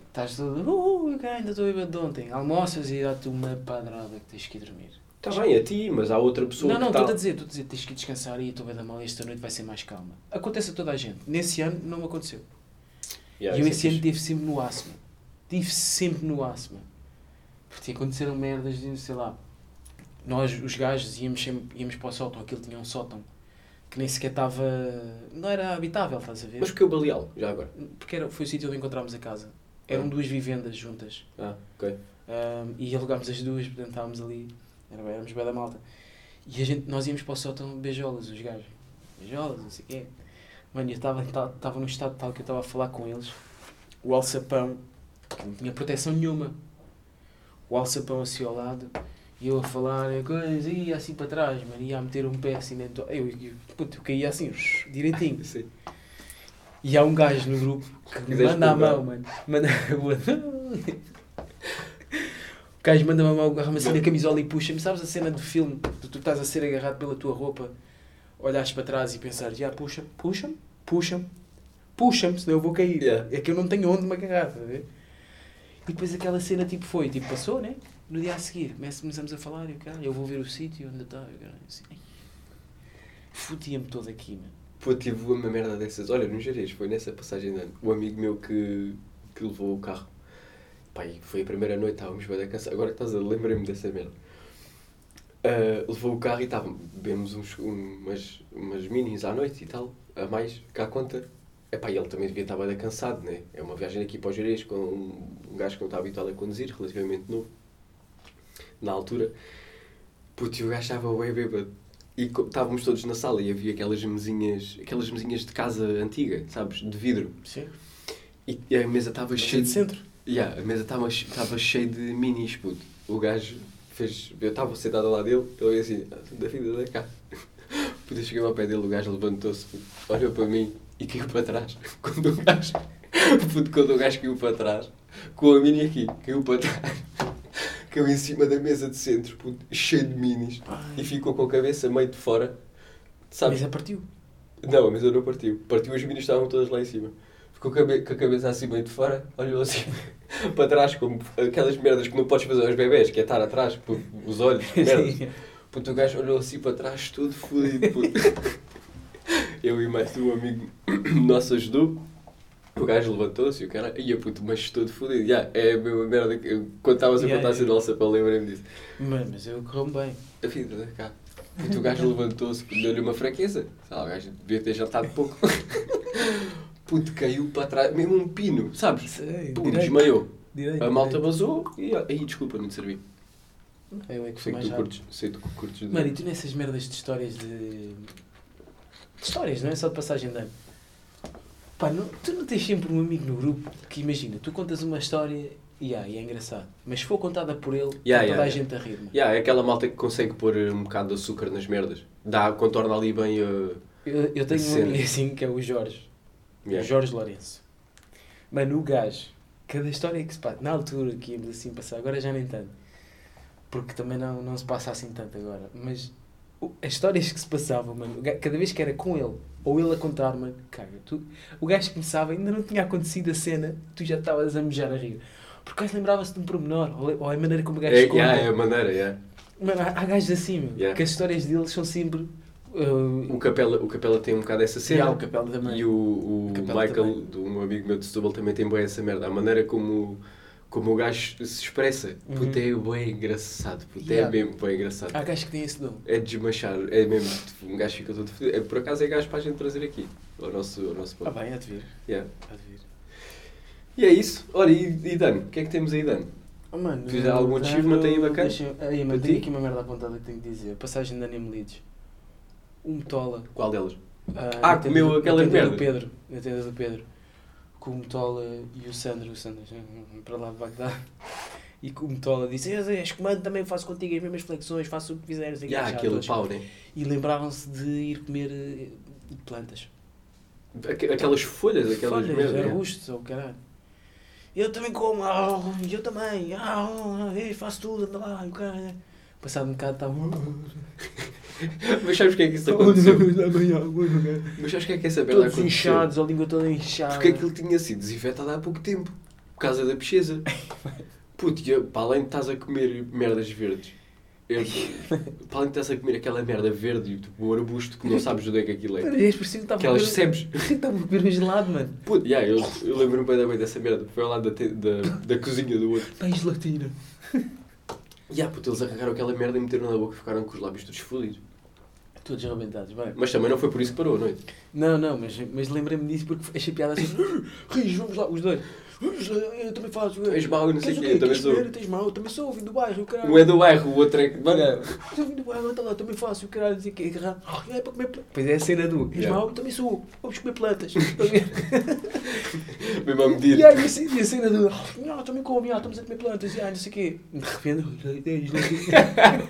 S2: Estás todo, uh, eu ainda estou bêbado de ontem. Almoças e dá-te uma padrada que tens que ir dormir.
S1: Está Tá bem, a ti, mas há outra pessoa
S2: não, não,
S1: que tá-
S2: estou a dizer, estou a dizer, tens que descansar e a tua da mal esta noite vai ser mais calma. Acontece a toda a gente. Nesse ano não me aconteceu.
S1: Yeah,
S2: e eu
S1: isso
S2: esse
S1: é
S2: ano
S1: fixe.
S2: estive sempre no asma. Estive sempre no asma. Porque aconteceram merdas de, sei lá, nós, os gajos, íamos, sempre, íamos para o sótão, aquilo tinha um sótão que nem sequer estava. não era habitável, estás a ver?
S1: Mas porque o Baleal, já agora.
S2: Porque era, foi o sítio onde encontrámos a casa. Eram
S1: Ah.
S2: duas vivendas juntas.
S1: Ah, ok.
S2: Um, e alugámos as duas, portanto estávamos ali, era bem, éramos bem da malta. E a gente, nós íamos para o sótão beijolas, os gajos. Beijolas, não sei o quê. Mano, eu estava- ta- estava num estado tal que eu estava a falar com eles. O alçapão, que não tinha proteção nenhuma. O alçapão assim ao lado. E eu a falar e coisa, e assim para trás, mano, ia a meter um pé assim dentro. do- Eu, eu, puto, eu caía assim, direitinho.
S1: Sim.
S2: E há um gajo no grupo que me
S1: Quiseste
S2: manda a
S1: provar?
S2: mão, mano. Manda o outro. O gajo manda-me a mão, agarra-me assim na camisola e puxa-me. Sabes a cena do filme? Tu, tu estás a ser agarrado pela tua roupa, olhares para trás e pensares, já puxa, puxa-me, puxa-me, puxa-me, senão eu vou cair.
S1: Yeah.
S2: É que eu não tenho onde me agarrar, estás a ver? E depois aquela cena tipo foi, tipo passou, né? No dia a seguir, começa- começamos a falar e o cara, eu vou ver o sítio onde está. eu, caralho, assim, ai. Fodia-me todo aqui, mano.
S1: Pô, tive uma merda dessas. Olha, no Jerez, foi nessa passagem de ano. O amigo meu que, que levou o carro. Pai, foi a primeira noite, estávamos bem da cansa. Agora que estás a lembrei-me dessa merda. Ah, levou o carro e estava, bebemos uns, um, umas, umas minis à noite e tal, a mais, cá conta. Epá, e ele também devia estar bem da cansado, né? É uma viagem aqui para o Jerez com um, um gajo que não está habituado a conduzir, relativamente novo, na altura. Puto, e o gajo estava bem bêbado. E co- estávamos todos na sala e havia aquelas mesinhas, aquelas mesinhas de casa antiga, sabes? De vidro.
S2: Sim.
S1: E, e a mesa estava cheia
S2: Cheio é de centro.
S1: Yeah, a mesa estava che- estava cheia de minis, puto. O gajo fez. Eu estava sentado ao lado dele, ele ia assim, "Ah, da vida da cá. Puto, eu cheguei ao pé dele, o gajo levantou-se, puto, olhou para mim e caiu para trás. Quando o gajo. Puto, quando o gajo caiu para trás, com a mini aqui, caiu para trás. Caiu em cima da mesa de centro, puto, cheio de minis. E ficou com a cabeça meio de fora. Sabes?
S2: Mas é partiu.
S1: Não, a mesa não partiu. Partiu, as minas estavam todas lá em cima. Ficou com a, be- com a cabeça assim meio de fora, olhou assim para trás, como aquelas merdas que não podes fazer aos bebés, que é estar atrás, por, os olhos, merda. Puto, o gajo olhou assim para trás, tudo fodido, puto. Eu e mais um amigo nosso ajudou. O gajo levantou-se e o cara, ia puto, mas tudo fodido. Ya, é a mesma merda que eu- quando estavas a
S2: Ya,
S1: contar
S2: ya.
S1: a yeah. nossa, para lembrei-me disso.
S2: Mano, mas eu corro bem.
S1: A vida da cá. Puto, o gajo levantou-se, deu-lhe uma fraqueza. Sei lá, o gajo devia ter jantado pouco. Puto, caiu para trás, mesmo um pino, sabes?
S2: Sei,
S1: Pum, desmaiou.
S2: direito,
S1: A malta vazou e. Aí, desculpa, não te servi.
S2: Eu é que fui
S1: Sei que
S2: mais
S1: tu
S2: rápido.
S1: curtes. Sei que tu curtes. de-
S2: Mano, e tu nessas merdas de histórias de... de histórias, não é só de passagem de ano. Pá, não- tu não tens sempre um amigo no grupo que imagina, tu contas uma história e ah, e é engraçado. Mas se for contada por ele, está
S1: Yeah,
S2: toda
S1: yeah,
S2: a
S1: yeah.
S2: gente a rir, mano.
S1: Ya, é aquela malta que consegue pôr eh, um bocado de açúcar nas merdas. Dá, contorna ali bem eh, a.
S2: Eu, eu tenho um
S1: Cena.
S2: amigo assim que é o Jorge. O Jorge Lourenço. Mano, o gajo, cada história que se passa, na altura que íamos assim passar, agora já nem tanto, porque também não, não se passa assim tanto agora, mas o- as histórias que se passavam, mano, o ga- cada vez que era com ele, ou ele a contar, mano, caga, tu, o gajo começava, ainda não tinha acontecido a cena, tu já estavas a mejar a rir. Porque o gajo lembrava-se de um pormenor, ou, le- ou a maneira como o gajo
S1: É,
S2: conta.
S1: ya, é a maneira, ya.
S2: Mano, há, há gajos assim, meu,
S1: Yeah.
S2: que as histórias deles são sempre. uh,
S1: O capela, o capela tem um bocado essa cena.
S2: yeah, o Capela também.
S1: E o, o
S2: Capela
S1: Michael,
S2: também.
S1: do um amigo meu de Setúbal, também tem bem essa merda. A maneira como, como o gajo se expressa.
S2: Uhum.
S1: Puto, é bem engraçado. Puto,
S2: Yeah.
S1: é mesmo bem engraçado.
S2: Há gajos que têm esse dom.
S1: É de desmanchar. É mesmo. tipo, Um gajo fica todo fodido. É, por acaso é gajo para a gente trazer aqui. Ao nosso, ao nosso
S2: Ah,
S1: ponto.
S2: bem, há de vir.
S1: Yeah.
S2: Há de vir.
S1: E é isso. Olha, e, e Dano? O que é que temos aí, Dano?
S2: Oh, mano,
S1: Tu já algum achievement aí bacana?
S2: Deixa, aí,
S1: Para
S2: mano,
S1: ti?
S2: tenho aqui uma merda apontada que tenho que dizer. Passagem de Anime Leeds. Um tola.
S1: Qual delas?
S2: ah, na
S1: comeu
S2: tenda- na
S1: aquela
S2: tenda do
S1: merda.
S2: Pedro. Na tenda do Pedro. Com o Metola e o Sandro. O Sandro hum, para lá de Bagdá. E que o Metola disse: "Eu És comando, também faço contigo as mesmas flexões, faço o que quiseres.
S1: Já,
S2: aqui, já,
S1: aquele
S2: todos."
S1: pau, né?
S2: E lembravam-se de ir comer eh, plantas.
S1: Aque- Aquelas folhas, aquelas
S2: Folhas,
S1: merdas. é.
S2: arbustos ou caralho. Eu também como, ah, eu também, ah, eu faço tudo, anda lá, e o cara. Passado um bocado
S3: tá,
S2: estava.
S3: uh,
S1: Mas sabes o que é que isso aconteceu?
S2: Todos
S1: Mas sabes o que é que essa merda aconteceu?
S2: inchados, a língua toda inchada.
S1: Porque aquilo tinha sido desinfetado há pouco tempo. por causa da pesquisa. Puto, e eu, para além de estás a comer merdas verdes, eu- para além de estás a comer aquela merda verde, tipo um arbusto que não sabes onde é que aquilo é.
S3: Mano, este tá por cima estava a
S1: Aquelas
S3: beber-
S1: sebes.
S3: por cima estava a beber um gelado, mano.
S1: Puto, yeah, eu, eu lembro-me bem da mãe dessa merda. Foi ao lado da, te- da, da cozinha do outro.
S3: Tem gelatina.
S1: Yeah, puto, eles arrancaram aquela merda e meteram na boca e ficaram com os lábios todos fodidos.
S3: Todos arrebentados, vai.
S1: Mas também não foi por isso que parou a noite.
S3: Não, não, mas, mas lembrei-me disso porque achei piada assim. Rios, vamos lá, os dois. "Uh, Eu também faço.
S1: Tu és mau, não sei
S3: Queres
S1: o
S3: o
S1: quê,
S3: quê?
S1: eu também
S3: Queres
S1: sou.
S3: beber? Tens mal, eu também sou, vim do bairro, o caralho.
S1: Um é do bairro, o outro é que. Mano,
S3: Olha, eu vim do bairro, tá lá, também faço, o caralho, não sei o quê, caralho. Ah, é para comer plantas. Pois é a cena do. És
S1: Yeah.
S3: mau, eu também sou, vamos comer plantas.
S1: mesmo a medir.
S3: E aí, assim, e a cena do. Ah, também come, ah, estamos a comer plantas, e ah, não sei o quê. De repente, tens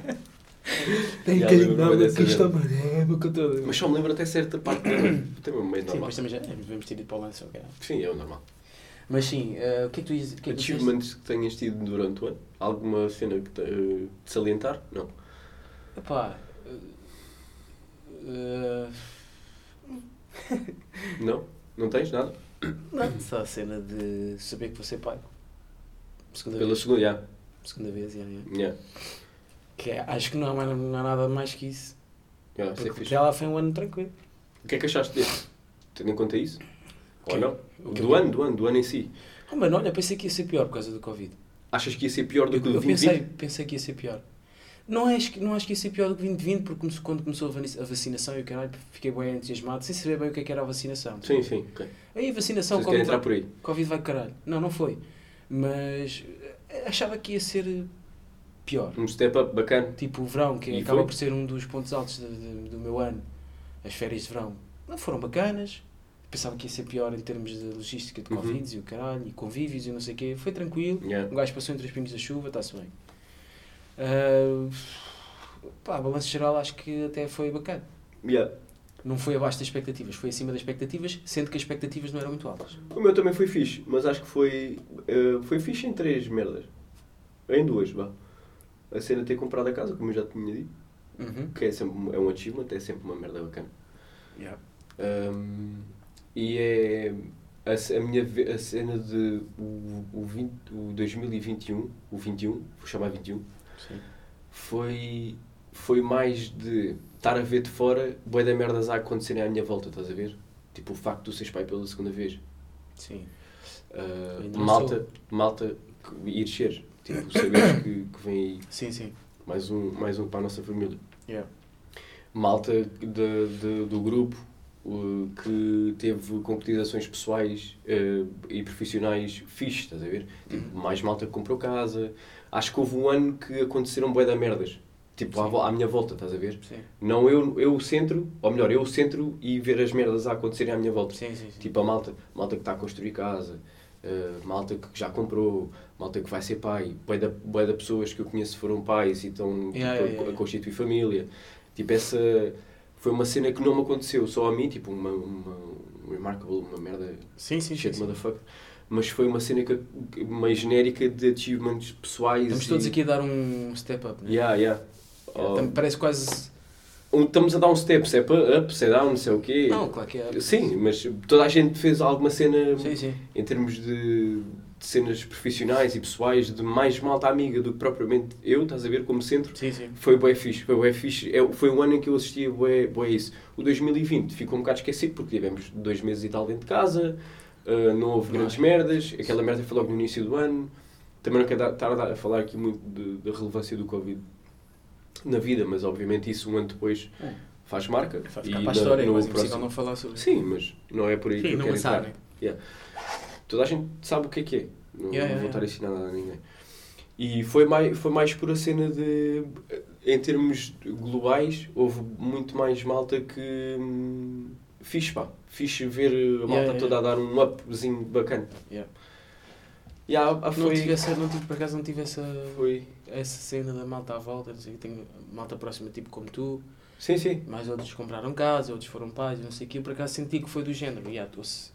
S3: Tem
S1: Yeah,
S3: carinho,
S1: lembro-me
S3: não,
S1: dessa
S3: que isto
S1: merda.
S3: é a boca toda.
S1: Mas só me lembro até certa parte da noite. Também meio
S2: Sim,
S1: normal.
S2: mas também já é, devemos ter ido para o lance, ou caralho.
S1: Sim, é o normal.
S2: Mas sim, eh, o que é que tu ias. o Que é que tu disseste?
S1: Achievements que tenhas tido durante o ano? Alguma cena que te, eh, de salientar? Não.
S2: Epá. eh,
S1: Não? Não tens nada?
S2: não, só a cena de saber que vou ser pai. Segunda
S1: Pela
S2: vez.
S1: segunda, já.
S2: Segunda vez, já, já.
S1: Já.
S2: Que é- acho que não há, mais- não há nada mais que isso.
S1: Já, isso é
S2: Porque
S1: fixe.
S2: já lá foi um ano tranquilo.
S1: O que é que achaste deste? Tendo em conta isso? Ou
S2: Que-
S1: não?
S2: o que-
S1: Do ano, do ano, do ano em si.
S2: Ah, mano, olha, pensei que ia ser pior por causa do Covid.
S1: Achas que ia ser pior do
S2: Eu,
S1: É que o de
S2: eu pensei,
S1: 2020?
S2: pensei que ia ser pior. Não acho, que- não acho que ia ser pior do que 2020, porque começou- quando começou a vani- a vacinação e o caralho, fiquei bem entusiasmado, sem saber bem o que, é que era a vacinação.
S1: Sim, sim. ok.
S2: Aí a vacinação,
S1: Vocês querem
S2: Covid vai,
S1: entrar por aí?
S2: Covid vai caralho. Não, não foi. Mas eh, achava que ia ser eh, pior.
S1: Um step up bacana.
S2: Tipo o verão, que
S1: E
S2: acaba
S1: foi?
S2: por ser um dos pontos altos do, do- do meu ano. As férias de verão não foram bacanas. Pensava que ia ser pior em termos de logística de
S1: Uhum.
S2: Covid e o caralho, e convívios e não sei o quê. Foi tranquilo.
S1: Já.
S2: O gajo passou entre os pingos da chuva, está-se bem. Ah, pá, balanço geral acho que até foi bacana.
S1: Já.
S2: Não foi abaixo das expectativas, foi acima das expectativas, sendo que as expectativas não eram muito altas.
S1: O meu também foi fixe, mas acho que foi. eh, foi fixe em três merdas. Em duas, vá. A cena de ter comprado a casa, como eu já tinha dito.
S2: Uhum.
S1: que é sempre é um achievement, é sempre uma merda bacana. Um, e é a, ce- a minha ve- a cena de o, o, 20, o 2021, o 21, vou chamar 21,
S2: Sim.
S1: foi, foi mais de estar a ver de fora boi da merdas a acontecerem à minha volta, estás a ver? Tipo o facto de tu seres pai pela segunda vez.
S2: Sim.
S1: Uh,
S2: Ainda não
S1: malta, malta que- ir ser. Tipo, saberes que, que vem aí
S2: Sim, sim.
S1: mais um, mais um para a nossa família.
S2: Yeah.
S1: malta de, de- do grupo uh, que teve concretizações pessoais uh, e profissionais fixes, estás a ver? Tipo,
S2: Uhum.
S1: mais malta que comprou casa. Acho que houve um ano que aconteceram bué da merdas. Tipo, à,
S2: Sim.
S1: vo- à minha volta, estás a ver?
S2: Sim,
S1: Não eu, eu o centro, ou melhor, eu o centro e ver as merdas a acontecerem à minha volta.
S2: sim, sim. sim.
S1: Tipo, a malta, malta que está a construir casa, uh, malta que já comprou, malta que vai ser pai, bué da, bué da pessoas que eu conheço foram pais e estão tipo,
S2: Yeah, yeah,
S1: a-
S2: yeah,
S1: a
S2: yeah.
S1: constituir família. Tipo, essa foi uma cena que não me aconteceu só a mim, tipo, uma, uma um remarkable, uma merda
S2: Sim, sim, sim.
S1: shit
S2: sim.
S1: motherfucker. Mas foi uma cena que, que- uma genérica de achievements pessoais.
S2: Estamos
S1: e-
S2: todos aqui a dar um step up, né?
S1: Yeah, yeah.
S2: Yeah,
S1: Oh,
S2: tam- Parece quase.
S1: um- estamos a dar um step, se é pa- up, se é down, não sei o quê.
S2: Não, claro que é.
S1: Sim, mas toda a gente fez alguma cena
S2: Sim, sim.
S1: em termos de, de cenas profissionais e pessoais, de mais malta amiga do que propriamente eu, estás a ver, como centro,
S2: Sim, sim.
S1: foi bué fixe, foi bué fixe. É, foi um ano em que eu assistia bué, bué isso. O 2020 ficou um bocado esquecido porque tivemos dois meses e tal dentro de casa, ah, não houve
S2: Não.
S1: grandes merdas, aquela merda foi logo no início do ano. Também não quero dar- estar a dar- a falar aqui muito de- da relevância do Covid na vida, mas obviamente isso um ano depois
S2: É.
S1: faz marca.
S2: Vai ficar
S1: e
S2: para a
S1: na-
S2: história, é
S1: no
S2: quase
S1: próximo-
S2: impossível não falar sobre isso.
S1: Sim, mas não é por aí que
S2: Sim,
S1: eu
S2: não
S1: quero entrar.
S2: pensar, né?
S1: Toda a gente sabe o que é que é.
S2: Yeah,
S1: Não, não
S2: yeah,
S1: vou
S2: yeah.
S1: estar a ensinar nada a ninguém. E foi mais, foi mais por a cena de. Em termos globais, houve muito mais malta que. hum, Fixe, pá. Fixe ver a malta
S2: Yeah, yeah,
S1: toda a dar um upzinho bacana.
S2: Yeah.
S1: E há, há
S2: Não
S1: foi,
S2: tive essa, não tive, por acaso não tive essa,
S1: foi.
S2: essa cena da malta à volta, não sei, o quê, tenho malta próxima tipo como tu,
S1: Sim, sim.
S2: mais outros compraram casa, outros foram pais, não sei o quê, por acaso senti que foi do género, yeah, tô -se,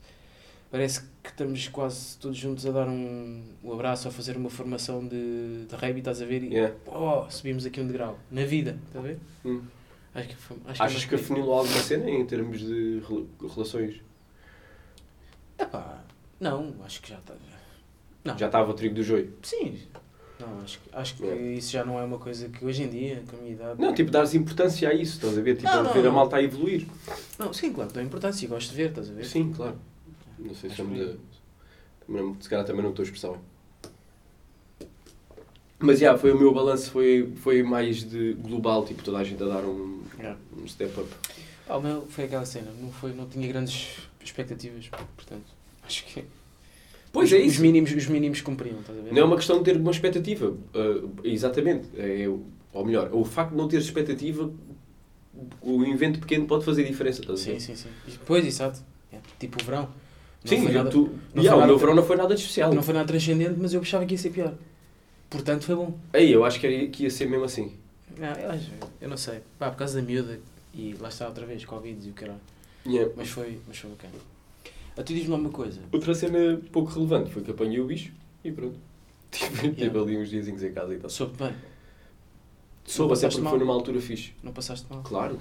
S2: parece que estamos quase todos juntos a dar um, um abraço, a fazer uma formação de, de rugby, estás a ver, e
S1: Yeah.
S2: oh, subimos aqui um degrau, na vida, estás a ver?
S1: Hum.
S2: Acho que foi, acho
S1: Achas que
S2: que é mais por aí.
S1: afunilou alguma cena em termos de rela- relações?
S2: Epá, não, acho que tá, já está, Não.
S1: Já estava o trigo do joio.
S3: Sim.
S2: Não, acho, que- acho que
S1: Yeah.
S2: isso já não é uma coisa que hoje em dia, com a minha idade.
S1: Não, tipo, dares importância a isso, estás a ver? Tipo,
S2: Não,
S1: ver
S2: não,
S1: a malta a evoluir.
S2: Não, sim, claro, que dá importância e gosto de ver, estás a ver?
S1: Sim, claro. Não sei se
S2: É Acho
S1: estamos
S2: que- é
S1: a. Também não- Se calhar também não estou a expressar bem. Mas já, foi o meu balanço, foi, foi mais de global, tipo, toda a gente a dar um,
S2: Yeah.
S1: um step up.
S2: É. Ah, o meu foi aquela cena, não, foi, não tinha grandes expectativas, portanto, acho que.
S1: Pois
S2: os,
S1: é isso.
S2: Os mínimos, os mínimos cumpriam, estás a ver?
S1: Não é uma questão de ter uma expectativa. ah, exatamente. É, o- ou melhor, o facto de não ter expectativa, o invento pequeno pode fazer diferença, estás a ver?
S2: Sim, sim, sim. E- Pois, exato. Yeah. Tipo o verão. Não
S1: Sim,
S2: foi
S1: eu-
S2: nada-
S1: tu,
S2: não
S1: Yeah,
S2: foi
S1: o meu
S2: nada-
S1: verão não foi nada de especial.
S2: Não foi nada transcendente, mas eu achava que ia ser pior. Portanto, foi bom.
S1: Aí, eu acho que, era, que ia ser mesmo assim.
S2: Não, eu, acho- eu não sei. Pá, por causa da miúda e lá está outra vez, Covid e o caralho.
S1: Yeah.
S2: Mas foi, mas foi bacana. A tu diz-me uma coisa.
S1: Outra cena pouco relevante foi que apanhei o bicho e pronto. Tive, tive
S2: Yeah.
S1: ali uns diazinhos em casa e tal.
S2: Soube bem.
S1: Soube até
S2: passaste
S1: porque
S2: mal?
S1: foi numa altura fixe.
S2: Não passaste mal.
S1: Claro.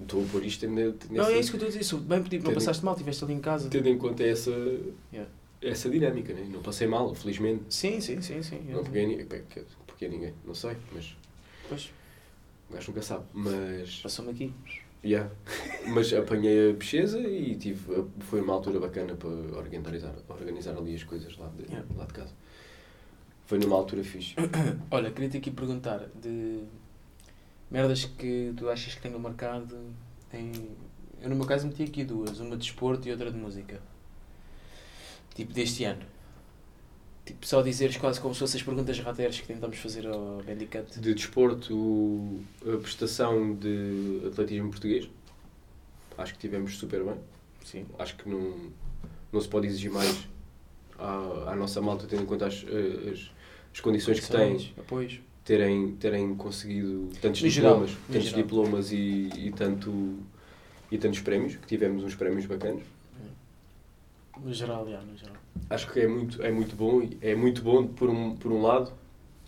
S1: Estou a pôr isto ne- nesse,
S2: Não, é isso que eu estou a dizer. Soube bem, tipo, não
S1: Tendo-
S2: passaste mal, estiveste ali em casa.
S1: tendo em conta essa,
S2: Yeah.
S1: essa dinâmica, né? Não passei mal, felizmente.
S2: Sim, sim, sim, sim.
S1: Não peguei ninguém. Bem, que- Porque ninguém, não sei, mas
S2: Pois,
S1: o gajo nunca sabe. Mas.
S2: passou-me aqui.
S1: Yeah. mas apanhei a bicheza e tive. Foi uma altura bacana para organizar, organizar ali as coisas lá de,
S2: Yeah.
S1: lá de casa. Foi numa altura fixe.
S2: Olha, queria-te aqui perguntar de merdas que tu achas que tenham marcado em. Eu no meu caso meti aqui duas, uma de esporte e outra de música. Tipo deste ano. Tipo, só dizeres quase como se fossem as perguntas rateiras que tentamos fazer ao Bandicat.
S1: De desporto, a prestação de atletismo português. Acho que tivemos super bem.
S2: Sim.
S1: Acho que não, não se pode exigir mais à, à nossa malta, tendo em conta as, as, as condições que tem,
S2: Condições, Apoios.
S1: terem, terem conseguido tantos
S2: No geral,
S1: diplomas,
S2: no
S1: tantos
S2: geral.
S1: diplomas e, e, tanto, e tantos prémios, que tivemos uns prémios bacanas.
S2: No geral, já, no geral.
S1: Acho que é muito, é muito bom, e- é muito bom por um, por um lado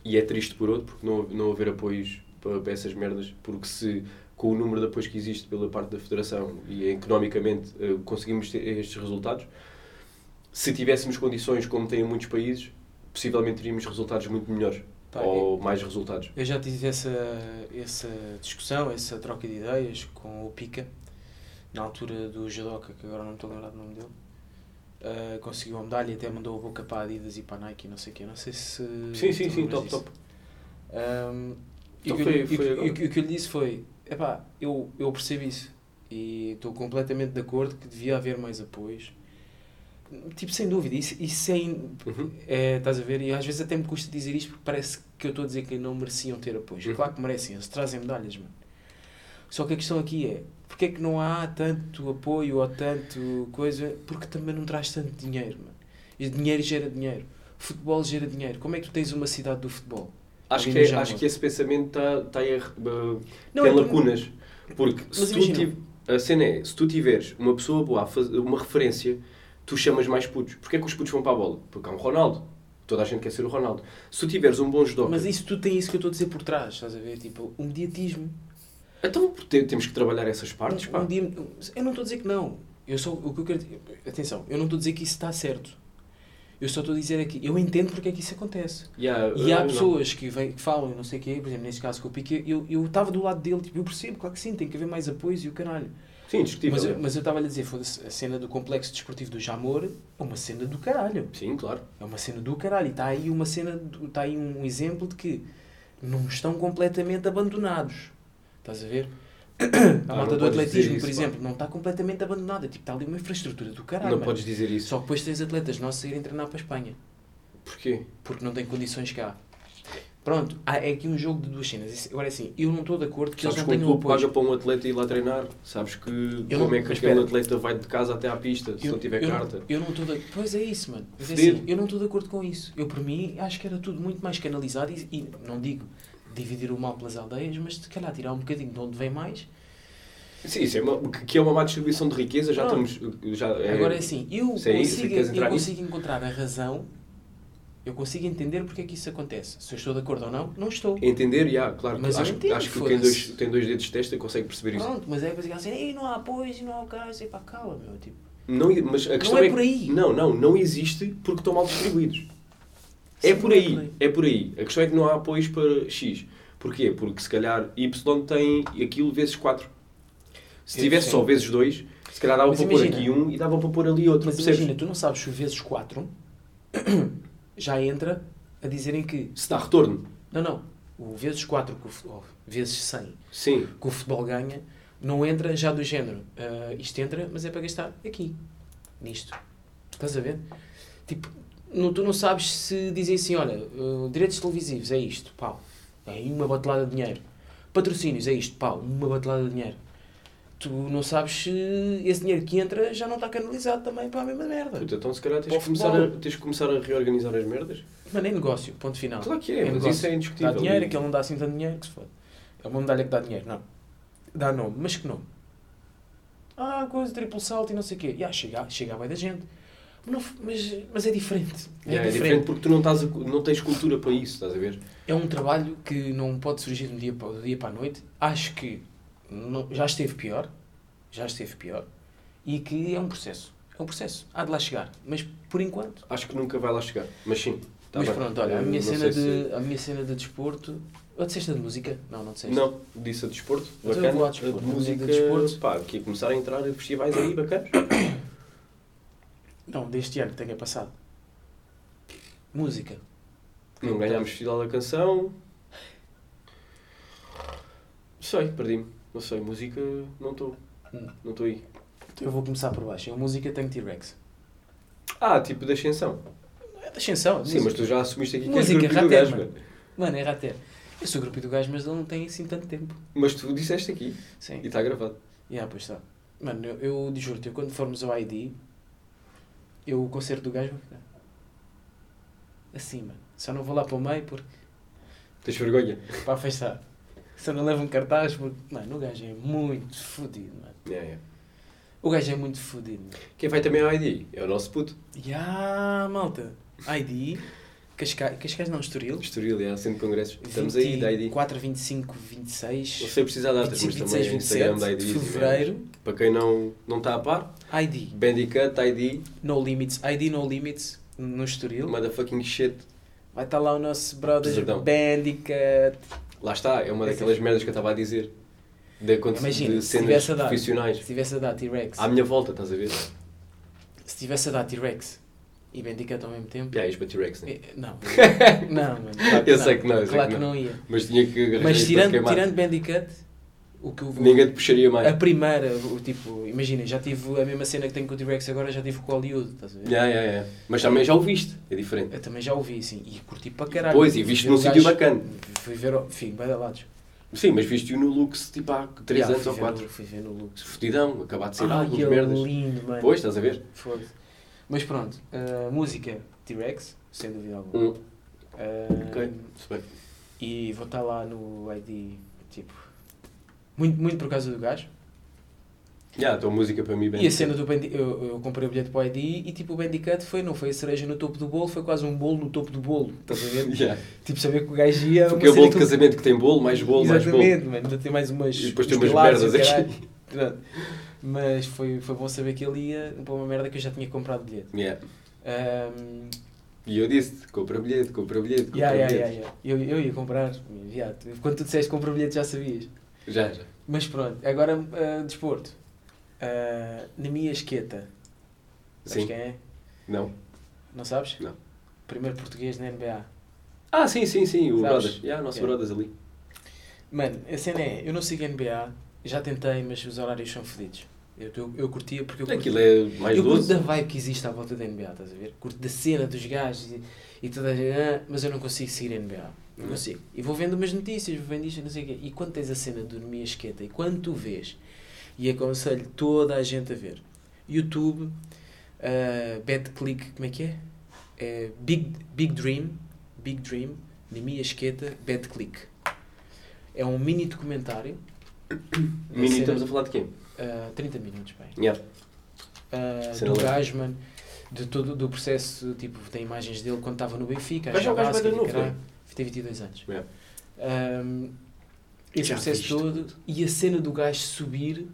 S1: e é triste por outro, porque não, não haver apoios para, para essas merdas, porque se com o número de apoios que existe pela parte da Federação e economicamente eh, conseguimos ter estes resultados, se tivéssemos condições como têm muitos países, possivelmente teríamos resultados muito melhores,
S2: Pá,
S1: ou mais resultados.
S2: Eu já tive essa, essa discussão, essa troca de ideias com o Pica, na altura do Judoka, que agora não me estou a lembrar do nome dele. Ah, conseguiu a medalha e até mandou a boca para a Adidas e para a Nike, e não sei o quê. Não sei se.
S1: Sim,
S2: tu
S1: sim, sim,
S2: lembras
S1: top,
S2: disso.
S1: top.
S2: Ahm, e
S1: Então
S2: o que eu lhe- e o
S1: foi-
S2: que-
S1: foi
S2: e
S1: agora.
S2: o que- e o que eu lhe disse foi: epá, eu, eu percebo isso e estou completamente de acordo que devia haver mais apoios. Tipo, sem dúvida, isso, isso é, in-
S1: Uhum.
S2: é, estás a ver? E às vezes até me custa dizer isto porque parece que eu estou a dizer que não mereciam ter apoios.
S1: Uhum.
S2: Claro que merecem, eles trazem medalhas, mano. Só que a questão aqui é: porque é que não há tanto apoio ou tanto coisa? Porque também não traz tanto dinheiro, mano. E dinheiro gera dinheiro. Futebol gera dinheiro. Como é que tu tens uma cidade do futebol?
S1: Acho
S2: Ali
S1: que,
S2: no
S1: é,
S2: Jamor.
S1: acho que esse pensamento está tá a erra- eh,
S2: Não, é
S1: tem
S2: porque-
S1: lacunas. Porque
S2: Mas
S1: se tu
S2: imagina.
S1: tiv- a cena é, se tu tiveres uma pessoa boa, a faz- uma referência, tu chamas mais putos. Porquê é que os putos vão para a bola? Porque há um Ronaldo. Toda a gente quer ser o Ronaldo. Se tu tiveres um bom judoca...
S2: Mas isso tu tem isso que eu estou a dizer por trás, estás a ver? Tipo, o mediatismo.
S1: Então te- temos que trabalhar essas partes,
S2: um,
S1: pá.
S2: um dia, eu não estou a dizer que não. Eu sou, o que eu quero, dizer- atenção, eu não estou a dizer que isso está certo. Eu só estou a dizer aqui, eu entendo porque é que isso acontece.
S1: E há,
S2: E
S1: eh,
S2: há
S1: não.
S2: pessoas que, vêm, que falam, e não sei o quê, por exemplo, neste caso com o Pique, eu eu estava do lado dele, tipo, eu percebo, claro que sim, tem que haver mais apoios e o caralho.
S1: Sim, discutível.
S2: Mas, eu-
S1: é.
S2: mas eu estava a lhe dizer, foda-se, a cena do complexo desportivo do Jamor é uma cena do caralho.
S1: Sim, claro.
S2: É uma cena do caralho. E está aí uma cena, está aí um exemplo de que não estão completamente abandonados. Estás a ver? A malta
S1: Ah, não
S2: do
S1: podes
S2: atletismo,
S1: dizer
S2: por
S1: isso,
S2: exemplo, não está completamente abandonada. Tipo, está ali uma infraestrutura do caralho.
S1: não
S2: mano.
S1: podes dizer isso.
S2: Só que depois tens atletas nossos a irem treinar para a Espanha.
S1: Porquê?
S2: Porque não têm condições cá. Pronto, há, é aqui um jogo de duas cenas. Isso- Agora é assim, eu não estou de acordo que eles não
S1: Sabes que um
S2: tenham
S1: clube paga
S2: apoio.
S1: para um atleta ir lá treinar. Sabes que
S2: Eu não-
S1: como é que
S2: mas
S1: aquele
S2: espera.
S1: atleta vai de casa até à pista se
S2: eu,
S1: não tiver
S2: eu
S1: carta?
S2: eu não estou de Pois é isso, mano. Mas é
S1: Fedido.
S2: assim, eu não estou de acordo com isso. Eu, por mim, acho que era tudo muito mais canalizado e, e não digo dividir o mal pelas aldeias, mas se calhar tirar um bocadinho de onde vem mais.
S1: Sim, isso é uma, que- que é uma má distribuição de riqueza, já
S2: Pronto.
S1: estamos. Já, é-
S2: Agora é assim, eu
S1: se é isso,
S2: consigo,
S1: queres
S2: eu
S1: entrar nisso?
S2: consigo encontrar a razão, eu consigo entender porque é que isso acontece. Se eu estou de acordo ou não, não
S1: É
S2: estou.
S1: Entender, já, claro.
S2: Mas eu
S1: acho,
S2: entendo,
S1: acho que quem
S2: foda-se.
S1: dois, tem dois dedos de testa consegue perceber isso.
S2: Pronto, mas é depois assim, Ei, não há apoios, não há o caso, e pá, cala, meu, tipo.
S1: Não, mas a questão
S2: é
S1: que-
S2: por aí.
S1: Não, não, não existe porque estão mal distribuídos. É
S4: Sim,
S1: por
S4: não é
S1: aí,
S4: por aí.
S1: é por aí. A questão é que não há apoios para X. Porquê? Porque se calhar Y tem aquilo vezes 4. Se
S4: Eu
S1: tivesse
S4: sei.
S1: só vezes 2, se calhar dava
S2: Mas
S1: para pôr
S2: imagina.
S1: aqui um e dava para pôr ali outro.
S2: Mas
S1: percebes?
S2: imagina, tu não sabes se o vezes 4 já entra a dizerem que.
S1: Se dá retorno.
S2: Não, não. O vezes 4 que o fu- ou vezes 100
S1: Sim.
S2: que o futebol ganha não entra já do género. "Ah, isto entra, mas é para gastar aqui. Nisto. Estás a ver? Tipo, não- tu não sabes se dizem assim: olha, ah, direitos televisivos é isto, pau. Aí uma batelada de dinheiro. Patrocínios é isto, pau. Uma batelada de dinheiro. Tu não sabes se esse dinheiro que entra já não está canalizado também para a mesma merda.
S1: Puta, então se calhar tens
S2: Para o
S1: que, começar a,
S2: futebol.
S1: tens que começar a reorganizar as merdas.
S2: Mano, é negócio, ponto final.
S1: Claro que é, mas
S2: negócio.
S1: isso é indiscutível.
S2: Dá dinheiro,
S1: E-
S2: aquele não dá assim tanto dinheiro, que se foda. É uma medalha que dá dinheiro, não. Dá nome, mas que nome? Ah, coisa, triplo salto e não sei o quê. Ya, chega, chega bem da gente. Mas, não f- mas, mas é diferente. É,
S1: É, é diferente
S2: diferente.
S1: porque tu não, estás a- não tens cultura para isso, estás a ver?
S2: É um trabalho que não pode surgir de um dia para, do dia para a noite. Acho que não- já esteve pior. Já esteve pior. E que é um processo. É um processo. Há de lá chegar. Mas por enquanto
S1: Acho que nunca vai lá chegar, mas sim. tá
S2: mas
S1: bem.
S2: pronto, olha, a
S1: Eu
S2: minha,
S1: não
S2: cena de,
S1: sei
S2: a minha cena de desporto. Ou disseste a de música? Não, não
S1: se-
S2: disseste.
S1: Não, disse a desporto,
S2: Então eu
S1: bacana.
S2: vou ao
S1: a de
S2: desporto,
S1: música,
S2: a de desporto.
S1: pá, que ia começar a entrar em festivais aí, bacanas.
S2: Não, deste ano que tenha passado. Música. Então.
S1: Não ganhámos Festival da Canção. Não Sei, perdi-me. Não sei, música não estou.
S2: Hum.
S1: Não estou aí.
S2: Então eu vou começar por baixo. Eu música tenho T-Rex.
S1: Ah, tipo da ascensão.
S2: Não é da ascensão.
S1: Sim, mas tu já assumiste aqui que és
S2: Música,
S1: grupo do
S2: rateia,
S1: gajo,
S2: mano.
S1: mano.
S2: Mano, é rater. Eu sou grupo do gajo, mas ele não tem assim tanto tempo.
S1: Mas tu disseste aqui
S2: Sim.
S1: e está gravado.
S2: Yeah, pois está. Mano, eu, eu juro-te, eu quando formos ao ID, eu o concerto do gajo vou ficar. Assim, mano. Só não vou lá para o meio porque.
S1: Tens vergonha?
S2: para afastar. Só não levam cartaz porque, mano, o gajo é muito fodido, mano.
S1: É, é.
S2: O gajo é muito fodido, mano.
S1: Quem vai também ao ID? É o nosso puto.
S2: Ya, malta. ID, Cascais, Cascais não, Estoril.
S1: Estoril, é, Centro de Congressos. Estamos aí da ID.
S2: 4, 25,
S1: Não
S2: 26,
S1: sei precisar de datas,
S2: 25,
S1: mas também
S2: 26,
S1: é Instagram
S2: 27
S1: da ID.
S2: de
S1: sim, mesmo.
S2: fevereiro.
S1: Para quem não, não está a par,
S2: ID,
S1: Bandicoot, ID,
S2: No Limits, ID No Limits, no Estoril.
S1: motherfucking shit.
S2: Vai estar lá o nosso brother
S1: Pesadão.
S2: Bandicoot.
S1: Lá está, é uma
S2: Essa
S1: daquelas
S2: é-
S1: merdas que eu estava a dizer. De, aconte-
S2: Imagina,
S1: de
S2: se
S1: cenas
S2: tivesse a dar.
S1: profissionais.
S2: Se tivesse a dar T-Rex,
S1: À minha volta, estás a ver?
S2: se tivesse a dar T-Rex e Bandicoot ao mesmo tempo,
S1: Já, ias para T-Rex, né?
S2: Eh, Não, não, mano.
S1: Eu sei que não, eu sei
S2: Claro
S1: que
S2: que não ia.
S1: Mas tinha que agarrar
S2: Mas
S1: isto para
S2: tirando,
S1: queimar.
S2: tirando Bandicoot, o que eu vou.
S1: Ninguém te puxaria mais.
S2: A primeira, o tipo, imagina, já tive a mesma cena que tenho com o T-Rex agora, já tive com o Hollywood, estás a ver?
S1: Já, já, já. Mas também já o viste, é diferente.
S2: Eu também já ouvi, sim, e curti para caralho.
S1: Pois, e viste
S2: Fui ver
S1: num
S2: o
S1: sítio
S2: gajo-
S1: bacana.
S2: Fui ver, ao- enfim, bem da lados.
S1: Sim, mas viste-o no Lux tipo há 3
S2: Já,
S1: anos
S2: fui
S1: ou
S2: ver
S1: 4.
S2: no- Fui ver no Lux.
S1: Fudidão, acabado de sair
S2: Ah,
S1: algumas
S2: que
S1: merdas.
S2: lindo, mano.
S1: Pois, estás a ver?
S2: Foda-se. Mas pronto, ah, música T-Rex, sem dúvida alguma.
S1: Hum,
S2: Ah,
S1: ok. Se bem.
S2: E vou estar lá no ID, tipo, muito, muito por causa do gajo.
S1: Já, a tua música para mim bem.
S2: E a cena do Bandicoot, eu, eu comprei o bilhete para o ID e tipo o Bandicoot foi, não foi a cereja no topo do bolo, foi quase um bolo no topo do bolo, estás a ver?
S1: Já.
S2: tipo, saber que o gajo ia...
S1: Porque é o bolo de casamento que tem bolo, mais bolo, mais bolo.
S2: Exatamente, mano, ainda tem mais umas...
S1: E depois
S2: uns
S1: tem umas
S2: pilares e
S1: merdas
S2: o caralho. Pronto. Mas foi, foi bom saber que ele ia para uma merda que eu já tinha comprado bilhete.
S1: Yeah.
S2: Ahm,
S1: E eu disse-te, compra bilhete, compra bilhete, compra
S2: yeah, yeah,
S1: bilhete.
S2: yeah, yeah. Eu, eu ia comprar, viado. Quando tu disseste comprar bilhete já sabias.
S1: Já, já.
S2: Mas pronto, agora ah, desporto. Ah, na minha esqueta, sabes
S1: Sim.
S2: quem é?
S1: Não.
S2: Não sabes?
S1: Não.
S2: Primeiro português na NBA.
S1: Ah, sim, sim, sim, o
S2: Sabes?
S1: Brothers. Yeah, o nosso
S2: Yeah.
S1: Brothers ali.
S2: Mano, a cena é, eu não sigo NBA, já tentei, mas os horários são fodidos. Eu, eu, eu curtia porque eu curto,
S1: Aquilo é mais
S2: eu curto
S1: doce.
S2: da vibe que existe à volta da NBA, estás a ver? Curto da cena dos gajos e, e toda a gente, ah, mas eu não consigo seguir a NBA. Não
S1: Hum.
S2: consigo. E vou vendo umas notícias, vou vendo isto, não sei o quê. E quando tens a cena do Nemia Esqueta e quando tu vês, e aconselho toda a gente a ver, YouTube, ah, BetClick, como é que é? É Big, Big Dream, Big Dream, Nemia Esqueta, BetClick. É um mini documentário. da
S1: Mini,
S2: cena,
S1: estamos a falar de quem?
S2: ah, 30 minutos, bem.
S1: Yeah.
S2: Ah,
S1: Cena
S2: do
S1: leve.
S2: Gasman, de todo do processo, tipo, tem imagens dele quando estava no Benfica.
S1: Mas
S2: a
S1: é um
S2: jogar
S1: gajo
S2: basquete,
S1: bem novo,
S2: caralho. Tem 22 anos.
S1: É.
S2: Ahm, esse
S1: Já
S2: processo
S1: viste.
S2: todo e a cena do gajo subir,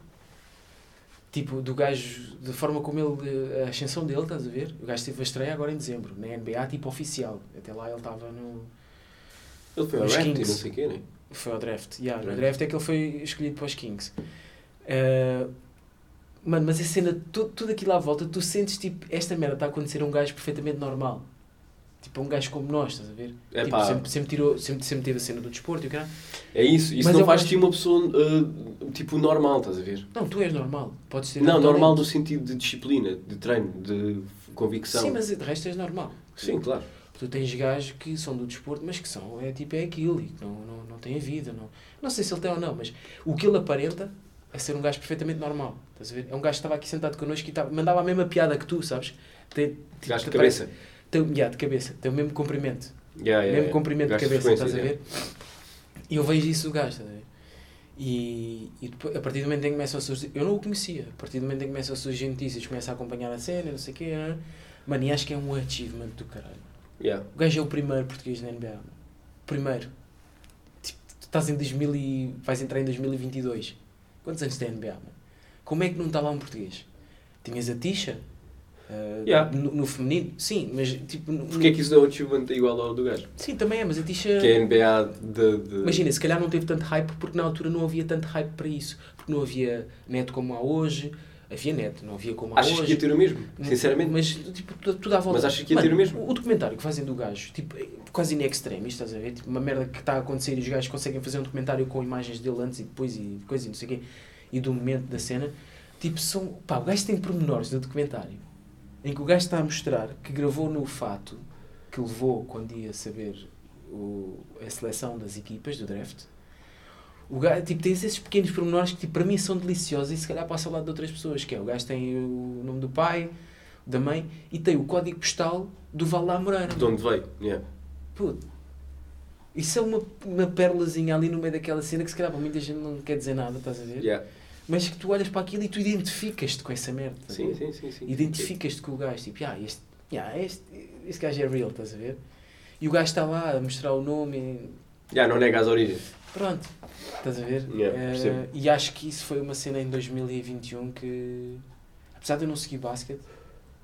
S2: Tipo, do gajo, da forma como ele, a ascensão dele, estás a ver? O gajo teve a estreia agora em dezembro, na NBA, tipo oficial. Até lá ele estava no.
S1: Ele foi ao
S2: Os
S1: draft e não
S2: Kings.
S1: sei o quê, né?
S2: Foi ao draft. Yeah, No
S1: Draft.
S2: draft é que ele foi escolhido para os Kings. Uh, mano, mas a cena, tu, tudo aquilo à volta, tu sentes tipo, esta merda está a acontecer a um gajo perfeitamente normal. Tipo, a um gajo como nós, estás a ver?
S1: É
S2: tipo,
S1: pá.
S2: sempre, sempre, tirou, sempre, sempre teve a cena do desporto e o caralho.
S1: É isso, isso
S2: Mas
S1: não
S2: eu
S1: faz
S2: acho-
S1: de ti uma pessoa ah, tipo normal, estás a ver?
S2: Não, tu és normal. Podes ser
S1: Não,
S2: totalmente-
S1: normal no sentido de disciplina, de treino, de convicção.
S2: Sim, mas tipo, de resto és normal.
S1: Sim, claro.
S2: Tu tens gajos que são do desporto, mas que são, é tipo, é aquilo e que não, não, não têm vida. Não, não sei se ele tem ou não, mas o que ele aparenta é ser um gajo perfeitamente normal. Estás a ver? É um gajo que estava aqui sentado connosco e estava, mandava a mesma piada que tu, sabes? Tem, tipo,
S1: Gajo de
S2: parece-
S1: cabeça.
S2: Tem, yeah, de cabeça, tem o mesmo comprimento.
S1: Yeah, yeah,
S2: mesmo
S1: yeah.
S2: comprimento de
S1: é. Gajo é.
S2: cabeça,
S1: frequências,
S2: estás a ver? E eu vejo isso do gajo, estás a ver? E, e depois, a partir do momento em que começa a surgir, eu não o conhecia, a partir do momento em que começa a surgir notícias, começa a acompanhar a cena, não sei o quê, né? mano, e acho que é um achievement do caralho.
S1: Yeah.
S2: O gajo é o primeiro português na NBA. mano. Primeiro. Tipo, tu estás em 2000 e vais entrar em 2022. Quantos anos tem a NBA, mano? Como é que não está lá um português? Tinhas a Tisha? Ah,
S1: Yeah.
S2: no, no feminino? Sim, mas tipo... No,
S1: Porquê é que isso não é um achievement igual ao do gajo?
S2: Sim, também é, mas a Tisha...
S1: Que é NBA de... de...
S2: Imagina, se calhar não teve tanto hype porque na altura não havia tanto hype para isso. Porque não havia net como há hoje. Havia net, não havia como há
S1: Achas que
S2: hoje.
S1: ia ter o mesmo? Sinceramente.
S2: Mas, tipo, tu- tudo à volta.
S1: Mas achas que ia
S2: Mano,
S1: ter o mesmo?
S2: O documentário que fazem do gajo, tipo, é quase in extremis, estás a ver? Tipo, uma merda que está a acontecer e os gajos conseguem fazer um documentário com imagens dele antes e depois e coisa e não sei o quê. E do momento da cena. Tipo, são... Pá, o gajo tem pormenores do documentário. Em que o gajo está a mostrar que gravou no fato que levou quando ia saber o, a seleção das equipas do draft. O gajo, tipo, tem esses pequenos pormenores que, tipo, para mim são deliciosos e se calhar passa ao lado de outras pessoas, que é o gajo tem o nome do pai, da mãe e tem o código postal do Vale da Moreira.
S1: De onde veio? Yeah.
S2: Puto. Isso é uma, uma perlazinha ali no meio daquela cena que se calhar para muita gente não quer dizer nada, estás a ver?
S1: Yeah.
S2: Mas que tu olhas para aquilo e tu identificas-te com essa merda. tá estás a
S1: Sim,
S2: ver?
S1: sim, sim. sim.
S2: Tipo, Identificas-te com o gajo, tipo, ah, este, ah, este, este gajo é real, estás a ver? E o gajo está lá a mostrar o nome, e-
S1: Yeah, não nega as origens.
S2: Pronto, estás a ver?
S1: Yeah,
S2: Eh,
S1: percebo.
S2: e acho que isso foi uma cena em 2021 que, apesar de eu não seguir basquete,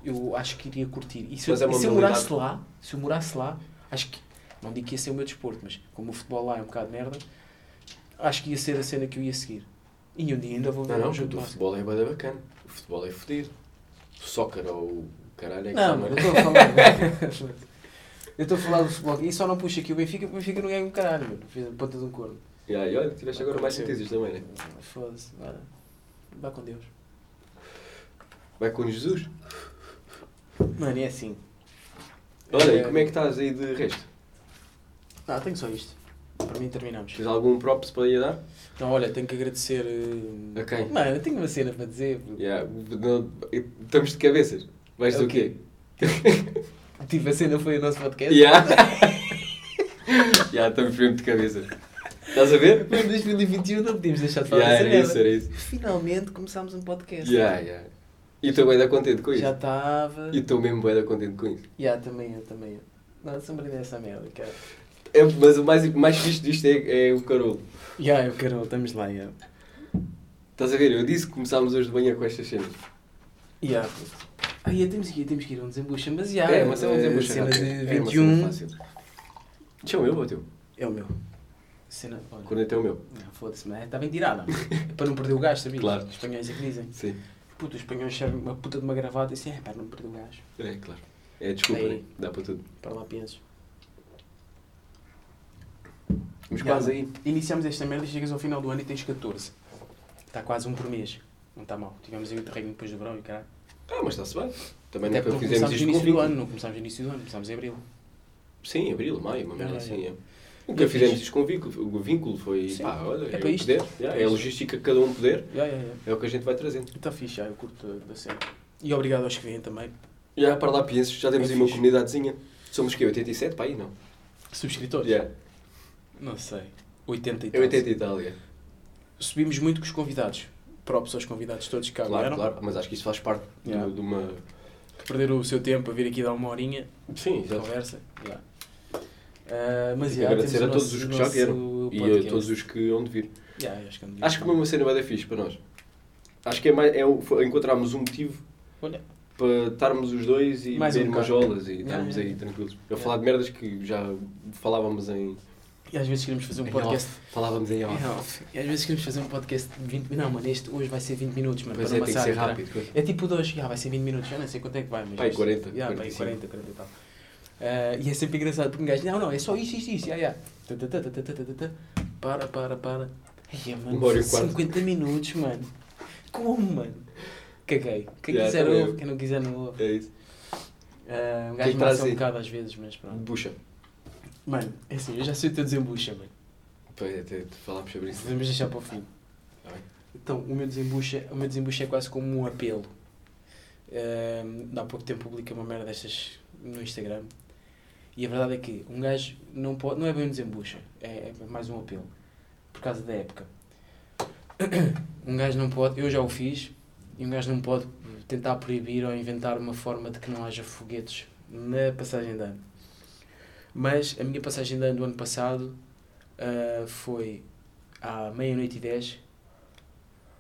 S2: eu acho que iria curtir. E se, eu-
S1: Mas é uma
S2: e se eu
S1: habilidade.
S2: morasse lá, se eu morasse lá, acho que, não digo que ia ser o meu desporto, mas como o futebol lá é um bocado merda, acho que ia ser a cena que eu ia seguir. E um dia ainda vou ver
S1: Não, não,
S2: um jogo de
S1: o
S2: basquete.
S1: futebol é bada bacana. O futebol é fodido. O soccer ou o caralho é que
S2: Não,
S1: tá,
S2: mano,
S1: mano.
S2: eu estou a falar. eu estou a falar do futebol e só não puxo aqui o Benfica, porque o Benfica não ganha um caralho, mano. Fez a ponta de um corno.
S1: Yeah, e olha, tiveste agora mais
S2: Aconteceu.
S1: notícias também, né?
S2: Foda-se, olha. Vá com Deus.
S1: Vai com Jesus.
S2: Mano, é assim.
S1: Olha, e como é que estás aí de resto?
S2: Ah, tenho só isto. Para mim terminamos.
S1: Tens algum props para ir dar?
S2: Então, olha, tenho que agradecer. eh,
S1: A quem?
S2: Mano, eu tenho uma cena para dizer. bro.
S1: Yeah, não- estamos de cabeças. Vais do
S2: Ok.
S1: quê?
S2: Tipo, a cena foi o nosso podcast.
S1: Yeah. yeah, estamos mesmo de cabeça. Estás a ver?
S2: Mas em 2021 não podíamos deixar de falar
S1: Yeah,
S2: dessa
S1: era isso,
S2: merda.
S1: era isso.
S2: Finalmente começámos um podcast.
S1: Yeah, yeah. E estou bem da contente com
S2: Já
S1: isso.
S2: estava.
S1: E estou mesmo bem da contente com isso.
S2: Já, também eu, também eu. Não, sempre dessa merda, cara.
S1: É, mas o mais, o mais fixe disto é, é o Carol.
S2: Já, eu quero, estamos lá, já.
S1: Estás a ver? Eu disse que começámos hoje de manhã com estas cenas.
S2: Já. Ah, yeah, temos que ir, temos que ir a um desembucha, mas já.
S1: é, mas é um
S2: eh,
S1: desembucha.
S2: Cena
S1: rápido.
S2: de
S1: É uma cena
S2: 21.
S1: fácil. Deixa um o meu, bateu.
S2: É o meu. Cena, olha.
S1: Corneta é o meu.
S2: Não, Foda-se, mas está bem tirada. É para não perder o gás, sabias?
S1: Claro.
S2: Os espanhóis é que dizem.
S1: Sim.
S2: Puta, os espanhóis servem uma puta de uma gravata e dizem, é para não perder o gás.
S1: É, claro. É desculpa,
S2: Aí.
S1: né? Dá para tudo.
S2: Para lá penses.
S1: Mas
S2: Já,
S1: quase aí.
S2: Iniciamos esta merda e chegas ao final do ano e tens 14. Está quase um por mês. Não está mal. Tivemos aí o terreno depois do verão e caralho.
S1: Ah, mas está-se bem. Também
S2: Até
S1: nunca
S2: porque não
S1: fizemos
S2: começámos no
S1: isto
S2: início do
S1: com
S2: ano, não começámos no início do ano, começámos em abril.
S1: Sim, abril, maio, uma merda
S2: Ah,
S1: assim,
S2: é.
S1: é. Nunca
S2: É
S1: fizemos
S2: fixe.
S1: isto com vínculo. O vínculo foi,
S2: Sim.
S1: pá, olha,
S2: É
S1: é,
S2: para
S1: o
S2: isto.
S1: poder. Yeah, é a
S2: isto.
S1: logística que cada um poder,
S2: Já, já, já.
S1: é o que a gente vai trazendo.
S2: Está fixe, já, eu curto da- da cena. E obrigado aos que vêm também.
S1: Já para lá penses, já temos
S2: É
S1: aí uma
S2: fixe.
S1: comunidadezinha. Somos que 87, pá, aí não.
S2: Subscritores?
S1: Yeah.
S2: Não sei. 80 e
S1: É
S2: tal.
S1: 80 e tal, yeah.
S2: Subimos muito com os convidados. Props aos convidados todos que cá
S1: Claro,
S2: vieram.
S1: claro, mas acho que isso faz parte do-
S2: Yeah.
S1: de uma...
S2: perderam o seu tempo a vir aqui dar uma horinha
S1: Sim,
S2: de
S1: exato.
S2: conversa. Já. Ah, mas
S1: Tenho que
S2: já,
S1: agradecer
S2: temos
S1: a
S2: o
S1: todos
S2: nosso-
S1: os que
S2: o
S1: já
S2: nosso
S1: vieram. E a
S2: podcast.
S1: todos os que hão de vir.
S2: Já, acho que é um dia.
S1: Acho que foi uma cena bem da fixe para nós. Acho que é mais. É, o- foi- encontramos um motivo
S2: Olha.
S1: para estarmos os dois e
S2: Mais um
S1: beber
S2: bocado.
S1: majolas e
S2: Yeah,
S1: estarmos
S2: yeah,
S1: aí tranquilos. A falar de merdas que já falávamos em.
S2: E às vezes queremos fazer um
S1: em
S2: podcast.
S1: off. Falávamos em off.
S2: em off. E às vezes queremos fazer um podcast de 20 minutos. Não, mano, este hoje vai ser 20 minutos, mano.
S1: Pois
S2: para
S1: é,
S2: não
S1: tem que
S2: passar,
S1: ser
S2: caralho.
S1: rápido. coisa.
S2: É tipo 2, já vai ser 20 minutos, já não sei quanto é que vai, mas.
S1: Pá, e 40,
S2: Já, pá, e
S1: 45.
S2: 40, 40 e tal. Ah, e é sempre engraçado porque um gajo, não, não, é só isto, isto, isto, já, já. Tã, tã, tã, tã, tã, tã, tã, tã. Para, para, para. Ai, é, mano,
S1: Uma hora e quatro.
S2: 50 minutos, mano. Como, mano? Caguei. Quem
S1: Já,
S2: quiser
S1: também
S2: ouve,
S1: eu.
S2: quem não quiser não ouve.
S1: É isso.
S2: Ah, um
S1: que é
S2: gajo passa
S1: que traz
S2: um
S1: aí?
S2: bocado às vezes, mas pronto.
S1: Bucha.
S2: Mano, é assim, eu já sei o teu desembucha, mano.
S1: Pois é, até falámos sobre isso.
S2: Podemos deixar para o fim.
S1: Tá bem.
S2: Então, o meu desembucha, o meu desembucha é quase como um apelo. Ahm, há pouco tempo publiquei uma merda destas no Instagram. E a verdade é que um gajo não pode, não é bem um desembucha, é, é mais um apelo. Por causa da época. Um gajo não pode, eu já o fiz, e um gajo não pode tentar proibir ou inventar uma forma de que não haja foguetes na passagem de ano. Mas a minha passagem de ano do ano passado ah, foi à meia-noite e dez,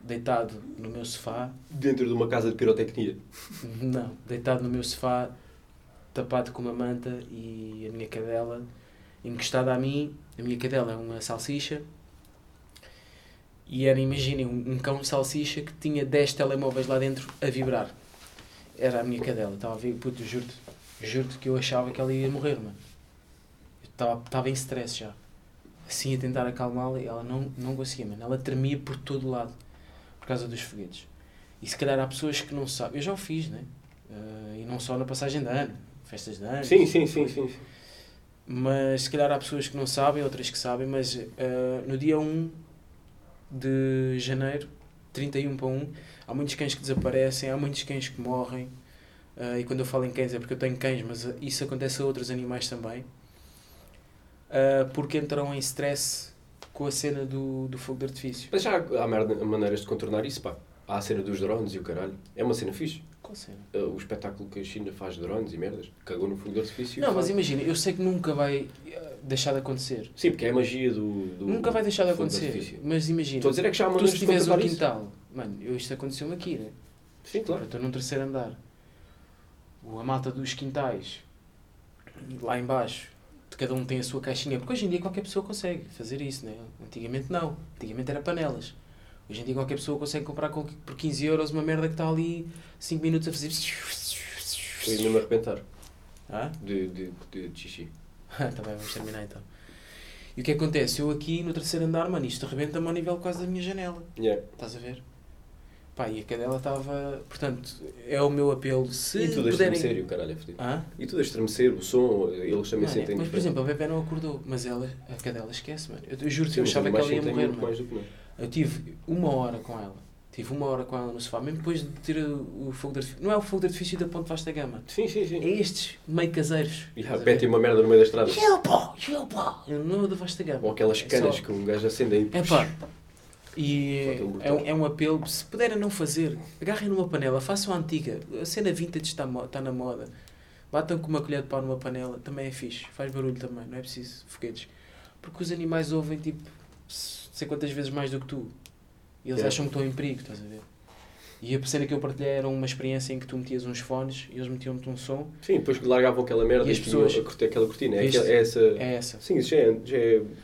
S2: deitado no meu sofá,
S1: Dentro de uma casa de pirotecnia.
S2: não, deitado no meu sofá, tapado com uma manta e a minha cadela encostada a mim. A minha cadela é uma salsicha. E era, imaginem, um, um cão de salsicha que tinha 10 telemóveis lá dentro a vibrar. Era a minha cadela. Estava a ver, puto, juro-te, juro-te que eu achava que ela ia morrer, mano. Eu estava- estava em stress já. Assim, a tentar acalmá-la, e ela não, não conseguia, mano. Ela tremia por todo lado, por causa dos foguetes. E se calhar há pessoas que não sabem. Eu já o fiz, né? Eh, e não só na passagem de ano, festas de ano.
S1: Sim, sim, sim, sim. sim.
S2: Mas se calhar há pessoas que não sabem, outras que sabem, mas eh, no dia 1 de janeiro, 31 para 1, há muitos cães que desaparecem, há muitos cães que morrem. Eh, e quando eu falo em cães é porque eu tenho cães, mas eh, isso acontece a outros animais também. Eh, porque entram em stress com a cena do, do fogo de artifício.
S1: Mas já há, há merda- maneiras de contornar isso, pá. Há a cena dos drones e o caralho. É uma cena fixe.
S2: Qual cena?
S1: Uh, o espetáculo que a China faz de drones e merdas. Cagou no fogo de artifício. e
S2: Não, mas
S1: faz.
S2: imagina, eu sei que nunca vai eh, deixar de acontecer.
S1: Sim, porque é a magia do. do-
S2: Nunca vai deixar de
S1: fogo
S2: acontecer.
S1: artifício.
S2: mas imagina,
S1: Estou a dizer é que já há
S2: tu
S1: maneiras
S2: se
S1: de
S2: tiveres um
S1: contornar isso.
S2: quintal, mano, eu, isto aconteceu-me aqui, né?
S1: Sim,
S2: Eu
S1: claro.
S2: estou num terceiro andar. O- A malta dos quintais, lá embaixo, de cada um tem a sua caixinha, porque hoje em dia qualquer pessoa consegue fazer isso, né? Antigamente não, antigamente era panelas. Hoje em dia qualquer pessoa consegue comprar com- por 15 euros uma merda que está ali 5 minutos a fazer.
S1: Estou ainda me arrebentar
S2: Ah?
S1: de, de, de, de xixi.
S2: Ah, tá bem, vamos terminar então. E o que acontece? Eu aqui no terceiro andar, mano, isto arrebenta-me ao nível quase da minha janela.
S1: Yeah.
S2: Estás a ver? Pá, e a cadela estava. Portanto, é o meu apelo. Se
S1: E tudo a
S2: puderem.
S1: estremecer e o caralho é fodido.
S2: Hã?
S1: E tudo a estremecer, o som, eles também
S2: Mano, é-
S1: sentem.
S2: mas, por exemplo, a bebê não acordou, mas ela, a cadela esquece, mano. Eu, eu juro-te,
S1: Sim,
S2: eu
S1: mas
S2: achava que
S1: animais
S2: ela ia
S1: sentem
S2: morrer,
S1: muito
S2: mano.
S1: mais do que nós.
S2: Eu tive uma hora com ela. Tive uma hora com ela no sofá, mesmo depois de ter o, o fogo de artifício. Não é o fogo de artifício da Ponte Vasta Gama.
S1: Sim, sim,
S2: É
S1: sim.
S2: estes meio caseiros.
S1: E
S2: estás a ver?
S1: petem uma merda no meio da estrada.
S2: Gelo, pó! Gelo, pó! Não é da Vasta Gama.
S1: Ou aquelas
S2: É
S1: canas
S2: só-
S1: que um gajo acende aí.
S2: É pá. E
S1: Só aquele
S2: é um, é um apelo, se puderem não fazer, agarrem numa panela, façam a antiga. A cena vintage está, mo- está na moda. Batam com uma colher de pau numa panela, também é fixe, faz barulho também, não é preciso foguetes. Porque os animais ouvem tipo s- sei quantas vezes mais do que tu. E eles
S1: É.
S2: acham que estão em perigo, estás a ver? E a cena que eu partilhei era uma experiência em que tu metias uns fones e eles metiam-te um som.
S1: Sim, depois que largavam aquela merda
S2: E
S1: e,
S2: as
S1: as
S2: pessoas-
S1: aquela cortina. É,
S2: Viste?
S1: aquela- é essa.
S2: É essa.
S1: Sim, isso já é, já é-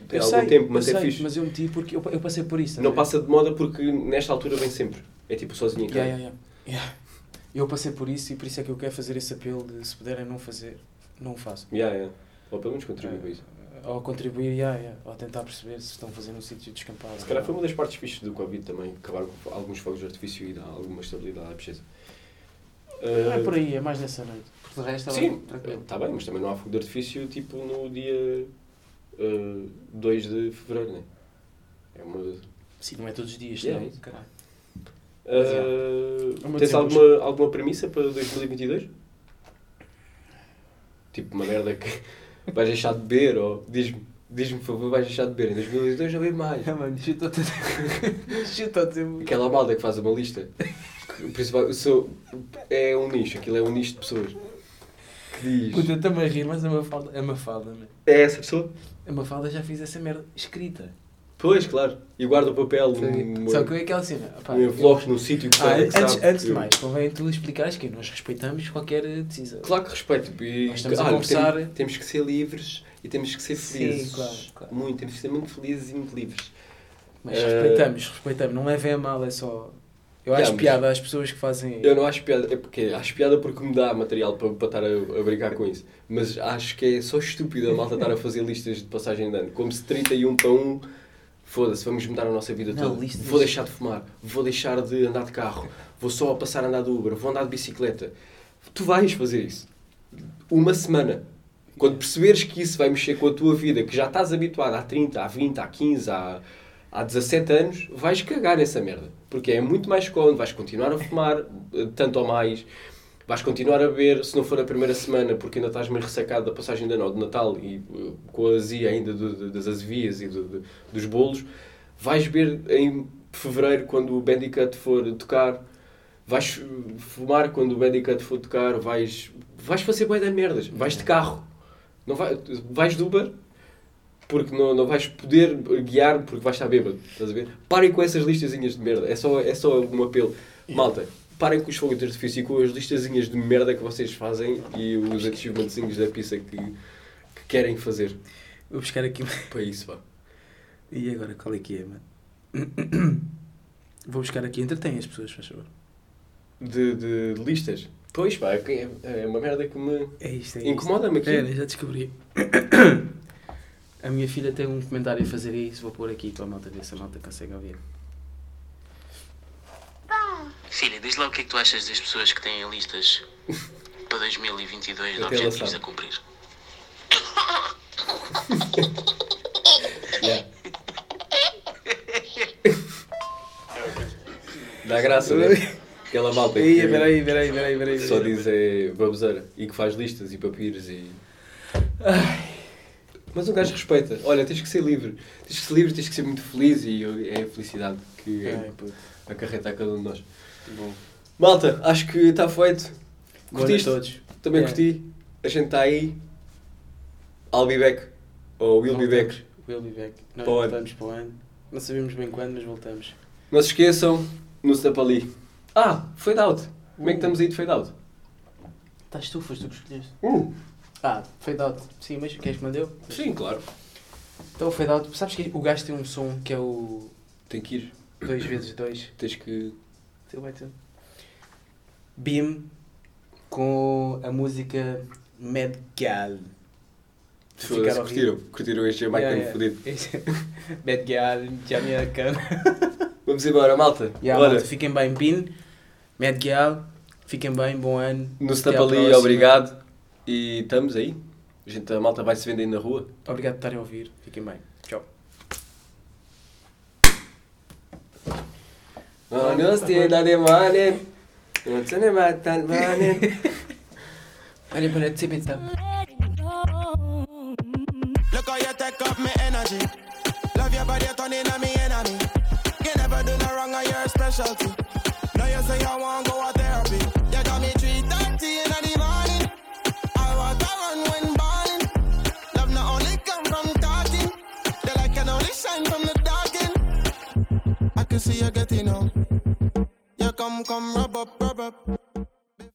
S1: tem
S2: eu
S1: algum
S2: sei,
S1: tempo, mas
S2: eu
S1: é
S2: sei,
S1: fixe.
S2: mas eu meti porque eu, eu passei por isso. estás a
S1: Não
S2: ver?
S1: passa de moda porque nesta altura vem sempre. É tipo sozinho em casa.
S2: Yeah, yeah, yeah. Yeah. Eu passei por isso e por isso é que eu quero fazer esse apelo de se puderem não fazer, não o façam.
S1: Yeah, yeah. Ou pelo menos contribui para isso.
S2: Ou contribuir, yeah, yeah. ou tentar perceber se estão fazendo um sítio descampado.
S1: Se calhar foi uma das partes fixas do Covid também. Acabaram com alguns fogos de artifício e dá alguma estabilidade à pesquisa.
S2: Não é por aí, é mais nessa noite. Porque de resto estava
S1: Sim,
S2: tranquilo.
S1: está bem, mas também não há fogo de artifício tipo no dia ah, 2 de fevereiro, né? É uma.
S2: Sim, não é todos os dias,
S1: Yeah,
S2: não.
S1: é isso.
S2: Caralho.
S1: Ah,
S2: Mas, yeah. Vamos
S1: tens
S2: dizer,
S1: alguma, alguma premissa para 2022? Tipo, uma merda que vais deixar de beber ou diz-me, diz-me por favor, vais deixar de beber. Em 2022 já bebo mais.
S2: Ah, mano, chutou-te chutou a
S1: Aquela malda que faz uma lista. Que, principal, sou, é um nicho, aquilo é um nicho de pessoas. Que
S2: Puta,
S1: diz.
S2: eu estou-me a rir, mas a Mafalda, a Mafalda, é mano.
S1: É essa pessoa?
S2: A Mafalda já fiz essa merda escrita.
S1: Pois, claro. E guarda o papel
S3: Sim.
S1: num
S3: Só que é aquela cena. pá,
S1: num envelope num sítio que
S3: Ah,
S1: sabe. que
S3: antes,
S1: sabe
S3: antes de
S1: que-
S3: mais, convém tu explicares que nós respeitamos qualquer decisão.
S1: Claro que respeito. tipo, E,
S3: Nós estamos a
S1: claro,
S3: conversar.
S1: tem- temos que ser livres e temos que ser
S3: Sim,
S1: felizes.
S3: claro, claro.
S1: Muito, temos que ser muito felizes e muito livres.
S3: Mas
S1: Eh,
S3: respeitamos, respeitamos. Não levem a mal, é só. Eu
S1: Yeah,
S3: acho
S1: mas-
S3: piada às pessoas que fazem.
S1: Eu não acho piada, é porque acho piada porque me dá material para, para estar a, a brincar com isso. Mas acho que é só estúpido a malta estar a fazer listas de passagem de ano. Como se 31 para 1, foda-se, vamos mudar a nossa vida
S3: Não,
S1: toda.
S3: listas-
S1: Vou deixar de fumar, vou deixar de andar de carro, vou só passar a andar de Uber, vou andar de bicicleta. Tu vais fazer isso. Uma semana. Quando perceberes que isso vai mexer com a tua vida, que já estás habituado há 30, há 20, há 15, há, há 17 anos, vais cagar nessa merda. Porque é muito mais cômodo, vais continuar a fumar, eh, tanto ou mais, vais continuar a beber, se não for a primeira semana, porque ainda estás meio ressacado da passagem de ano ou de Natal e eh, com a azia ainda do- do- das azevias e do- do- dos bolos, vais beber em fevereiro, quando o Bandicoot for tocar, vais eh, fumar quando o Bandicoot for tocar, vais, vais fazer bué da merdas, vais de carro, não vai, vais de Uber, porque não, não vais poder guiar porque vais estar bêbado, estás a ver? Parem com essas listazinhas de merda, é só, é só um apelo. Malta, parem com os fogos de artifício e com as listazinhas de merda que vocês fazem e os achievementzinhos da pizza que, que querem fazer
S2: Vou buscar aqui.
S1: para isso, pá.
S2: E agora qual é que é, mano? Vou buscar aqui. Entretém as pessoas, faz favor.
S1: De, de, de listas. Pois, pá, é, é uma merda que me
S2: É isto, é isto.
S1: incomoda-me aqui.
S2: Espera, já descobri. A minha filha tem um comentário a fazer a isso, vou pôr aqui para a malta ver se a malta consegue ouvir.
S5: Filha, diz lá o que é que tu achas das pessoas que têm listas para 2022 de
S1: Até ela
S5: objetivos
S1: sabe.
S5: a cumprir.
S1: Yeah. Dá graça, né? Aquela malta que
S2: Ei, peraí, peraí, peraí, peraí.
S1: só diz é baboseira e que faz listas e papiros e... Mas um gajo respeita. Olha, tens que ser livre. Tens que ser livre, tens que ser muito feliz e é a felicidade que é
S2: Ai, É, puto.
S1: acarreta a cada um de nós.
S2: Bom.
S1: Malta, acho que está feito.
S2: Boa noite a
S1: Curtiste?
S2: todos.
S1: Também
S2: É.
S1: curti. A gente está aí. I'll be back. Ou will be back.
S2: Voltamos. We'll be back. Nós
S1: Para o ano.
S2: voltamos para o ano. Não sabemos bem quando, mas voltamos.
S1: Não se esqueçam, no Snapali. Ah, fade out. Como é que estamos aí de fade out?
S2: Estás tu, foste tu que escolheste.
S1: Uh,
S2: Ah, fade out. Sim, mas queres que mandeu?
S1: sim, claro.
S2: Então, fade out. Sabes que o gajo tem um som que é o
S1: Tem que ir.
S2: 2x2.
S1: Tens que.
S2: Tu vai tu. Bim com a música Mad Gal.
S1: Foda-se, curtiram. Curtiram este Jamaican
S2: Yeah, yeah.
S1: fodido.
S2: Mad Gal, Jamaican.
S1: Vamos embora, malta.
S2: Yeah,
S1: Olha,
S2: malta, fiquem bem, Bin. Mad Gal. Fiquem bem, bom ano.
S1: no
S2: Até à
S1: Snapali,
S2: próxima.
S1: obrigado. E estamos aí. A, gente, a malta vai se vender na rua.
S2: Obrigado por estarem a ouvir. Fiquem bem. Tchau.
S1: Oh, no Snapali, de morning. No Snapali, de morning.
S2: Olha para ti, então.
S6: Look how you take up my energy. Love your body, turn into me enemy. You never do no wrong on your specialty. Now you say I want go a therapy. You got me 3.30 in the morning. I walk around when ballin'. Love not only come from talking. The light can only shine from the dark end. I can see you getting on. You come, come, rub up, rub up.